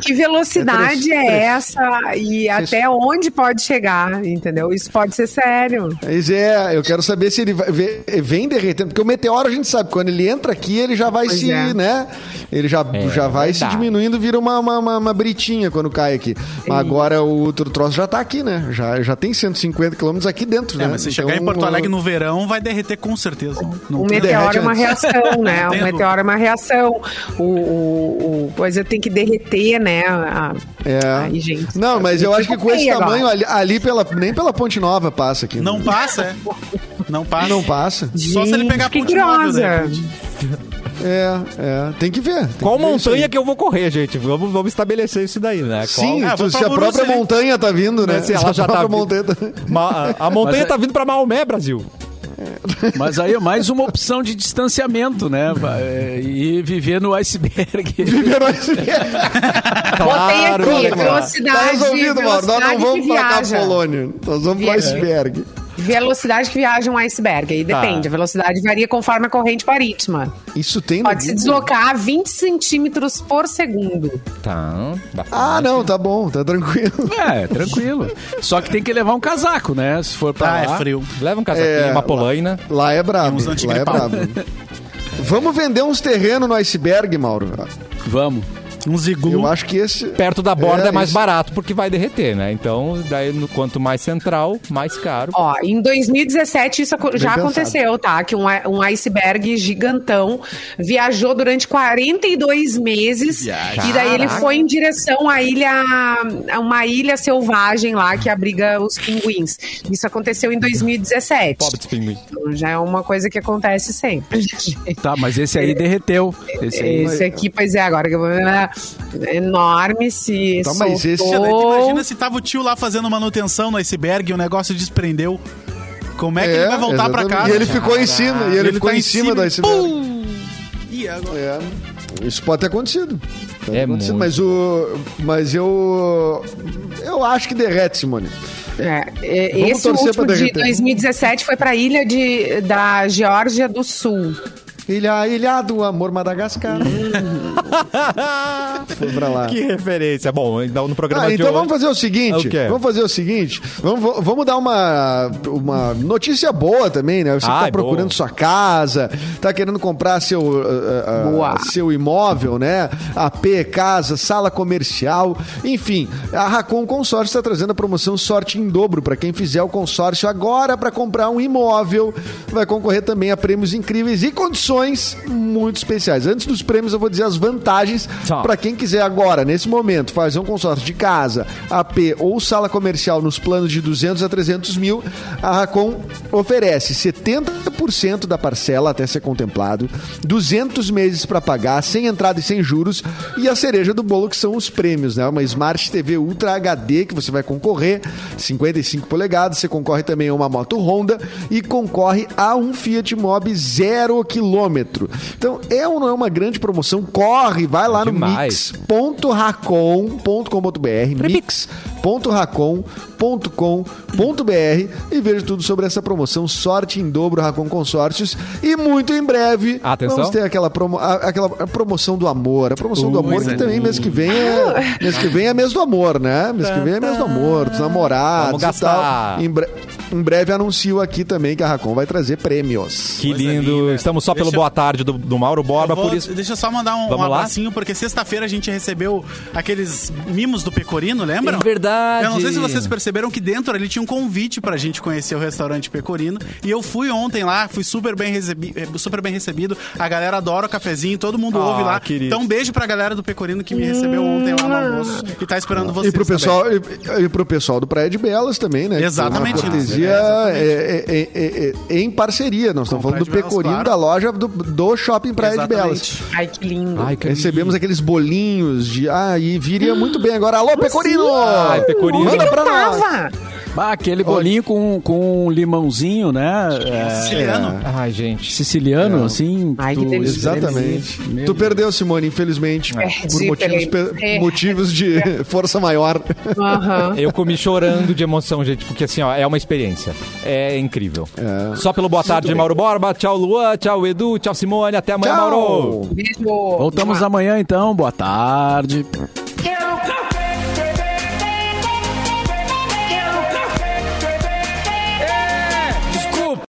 Que velocidade é, É três, três. essa e até onde pode chegar, entendeu? Isso pode ser sério. Mas é, eu quero saber se ele vai, vê- vem derretendo, porque o meteoro a gente sabe, quando ele entra aqui, ele já vai Pois se, é. né? Ele já, É, já vai se verdade. diminuindo, vira uma, uma, uma- uma britinha quando cai aqui. Mas agora o outro troço já tá aqui, né? Já, já tem 150 quilômetros aqui dentro, É, né? mas se chegar em Então, Porto Alegre no verão, vai derreter com certeza. Não Um tem- meteoro derrete é uma antes. reação, né? Entendo. Um meteoro é uma reação. O, o, o coisa tem que derreter, né? A- É. Ai, gente. Não, mas eu me acho que com esse preocupei agora. tamanho ali, ali pela, nem pela Ponte Nova passa aqui. né? Não passa, é. Não passa. Não passa. Só se ele Gente, pegar a que ponte móvel, de grossa. repente. É, é. Tem que ver. tem Qual que ver isso aí. montanha que eu vou correr, gente? Vamos, vamos estabelecer isso daí, né? Qual- Sim, Ah, tu- vou se a pra própria Borussia, né? montanha tá vindo, né? Né, se ela a já tá própria vindo. montanha tá... Ma- a, a montanha Mas é- tá vindo pra Maomé, Brasil. Mas aí é mais uma opção de distanciamento, né? É, E viver no iceberg. Virou esse- Botei Claro, aqui, né, Mauro? velocidade, Tá resolvido, Mauro. Nós velocidade não vamos que pra viaja. Capolônia. Nós vamos pro Viaja. iceberg. Velocidade que viaja um iceberg. Aí Tá. depende. A velocidade varia conforme a corrente marítima. Isso tem no Pode se Google? deslocar a 20 centímetros por segundo. Tá. Ah, não, tá bom, tá tranquilo. É, tranquilo. Só que tem que levar um casaco, né? Se for Tá. pra Ah, lá. é frio. Leva um casaquinho, É, uma polaina. Lá é brabo. Tem uns Lá é antigripal. brabo. Vamos vender uns terrenos no iceberg, Mauro. Vamos. Um zigu. Eu acho que esse. Perto da borda é, É, mais isso. barato, porque vai derreter, né? Então, daí, no, quanto mais central, mais caro. Ó, em 2017 isso aco- já pensado. aconteceu, tá? Que um, i- um iceberg gigantão viajou durante 42 meses e daí ele foi em direção à ilha, a uma ilha selvagem lá que abriga os pinguins. Isso aconteceu em 2017. Pobre dos pinguins. Então, já é uma coisa que acontece sempre. Tá, mas esse aí derreteu. Esse aí. Esse aqui, pois é, agora que eu vou é enorme se Tá, soltou. mas esse- Tia, daí tu Imagina se tava o tio lá fazendo manutenção no iceberg e o negócio desprendeu. Como é que ele vai voltar exatamente. pra casa? E ele ficou em cima, e ele, Ele ficou tá em em cima cima. do iceberg. Ih, agora- É, Isso pode ter acontecido. Pode ter É acontecido, muito. mas o. Mas eu. Eu acho que derrete, Simone. É, é, Vamos esse torcer último pra de derreter. 2017 foi para a ilha de, da Geórgia do Sul. Ilha, ilha do amor Madagascar. Foi pra lá. que referência. Bom, então no programa Ah, de então hoje... vamos fazer o seguinte, O quê? vamos fazer o seguinte, vamos, vamos dar uma, uma notícia boa também, né? Você que Ah, tá é procurando bom. sua casa, tá querendo comprar seu, ah, ah, Boa. seu imóvel, né? AP, casa, sala comercial, enfim, a Racon Consórcio está trazendo a promoção Sorte em Dobro para quem fizer o consórcio agora para comprar um imóvel, vai concorrer também a prêmios incríveis e condições muito especiais. Antes dos prêmios eu vou dizer as vantagens Tá. para quem quiser agora, nesse momento, fazer um consórcio de casa, AP ou sala comercial nos planos de 200 a 300 mil, a Racon oferece 70% da parcela até ser contemplado, 200 meses para pagar, sem entrada e sem juros, e a cereja do bolo que são os prêmios, né? Uma Smart TV Ultra HD que você vai concorrer, 55 polegadas, você concorre também a uma moto Honda e concorre a um Fiat Mobi zero quilômetro. Então, é ou não é uma grande promoção? Corre, vai lá no Demais. mix.racon.com.br mix.racon.com.br e veja tudo sobre essa promoção Sorte em Dobro Racon Consórcios e muito em breve Atenção. vamos ter aquela, promo- a- aquela promoção do amor, a promoção do amor que também mês que vem é mês que vem é mês do amor, né? Mês que vem é mês do amor, dos namorados Vamos e tal. gastar. Em, bre- em breve anuncio aqui também que a Racon vai trazer prêmios. Que Coisa lindo. linda. Estamos só pelo Deixa eu- boa tarde do, do Mauro Borba, Eu vou- por isso... Deixa eu só mandar um, um Vamos lá? abracinho, porque sexta-feira a gente recebeu aqueles mimos do Pecorino, lembram? É verdade. Eu não sei se vocês perceberam que dentro ali tinha um convite pra gente conhecer o restaurante Pecorino. E eu fui ontem lá, fui super bem, recebi, eh, super bem recebido. A galera adora o cafezinho, todo mundo Ah, ouve lá. querido. Então, um beijo pra galera do Pecorino que me recebeu ontem lá no almoço e tá esperando vocês. E pro, também. pessoal, e, e pro pessoal do Praia de Belas também, né? Que Exatamente, Uma cortesia exatamente. é, é, é, é, é, em parceria. Nós estamos Com o falando do Praia de Belas, pecorino claro. da loja do, do shopping Praia de Belas. Exatamente. Ai, que lindo. Ai, que Recebemos aqueles bolinhos de. Ah, e viria muito bem agora. Alô, Pecorino! Ai, Pecorino. Manda Eu pra nós! tava. Bah, Ah, aquele bolinho com, com um limãozinho, né? É, Siciliano. Ai, gente. siciliano, assim. Ai, que delícia. Exatamente. Meu Tu Deus. perdeu, Simone, infelizmente. Por Perdi, motivos, peraí. pe- É. motivos de força maior. Aham. Eu comi chorando de emoção, gente, porque assim, ó, é uma experiência. É incrível. Só pelo boa tarde, Mauro Borba. Tchau, Luan. Tchau, Edu. Tchau, Simone. Até amanhã, Mauro. Beijo. Voltamos amanhã, então. Boa tarde. Eu não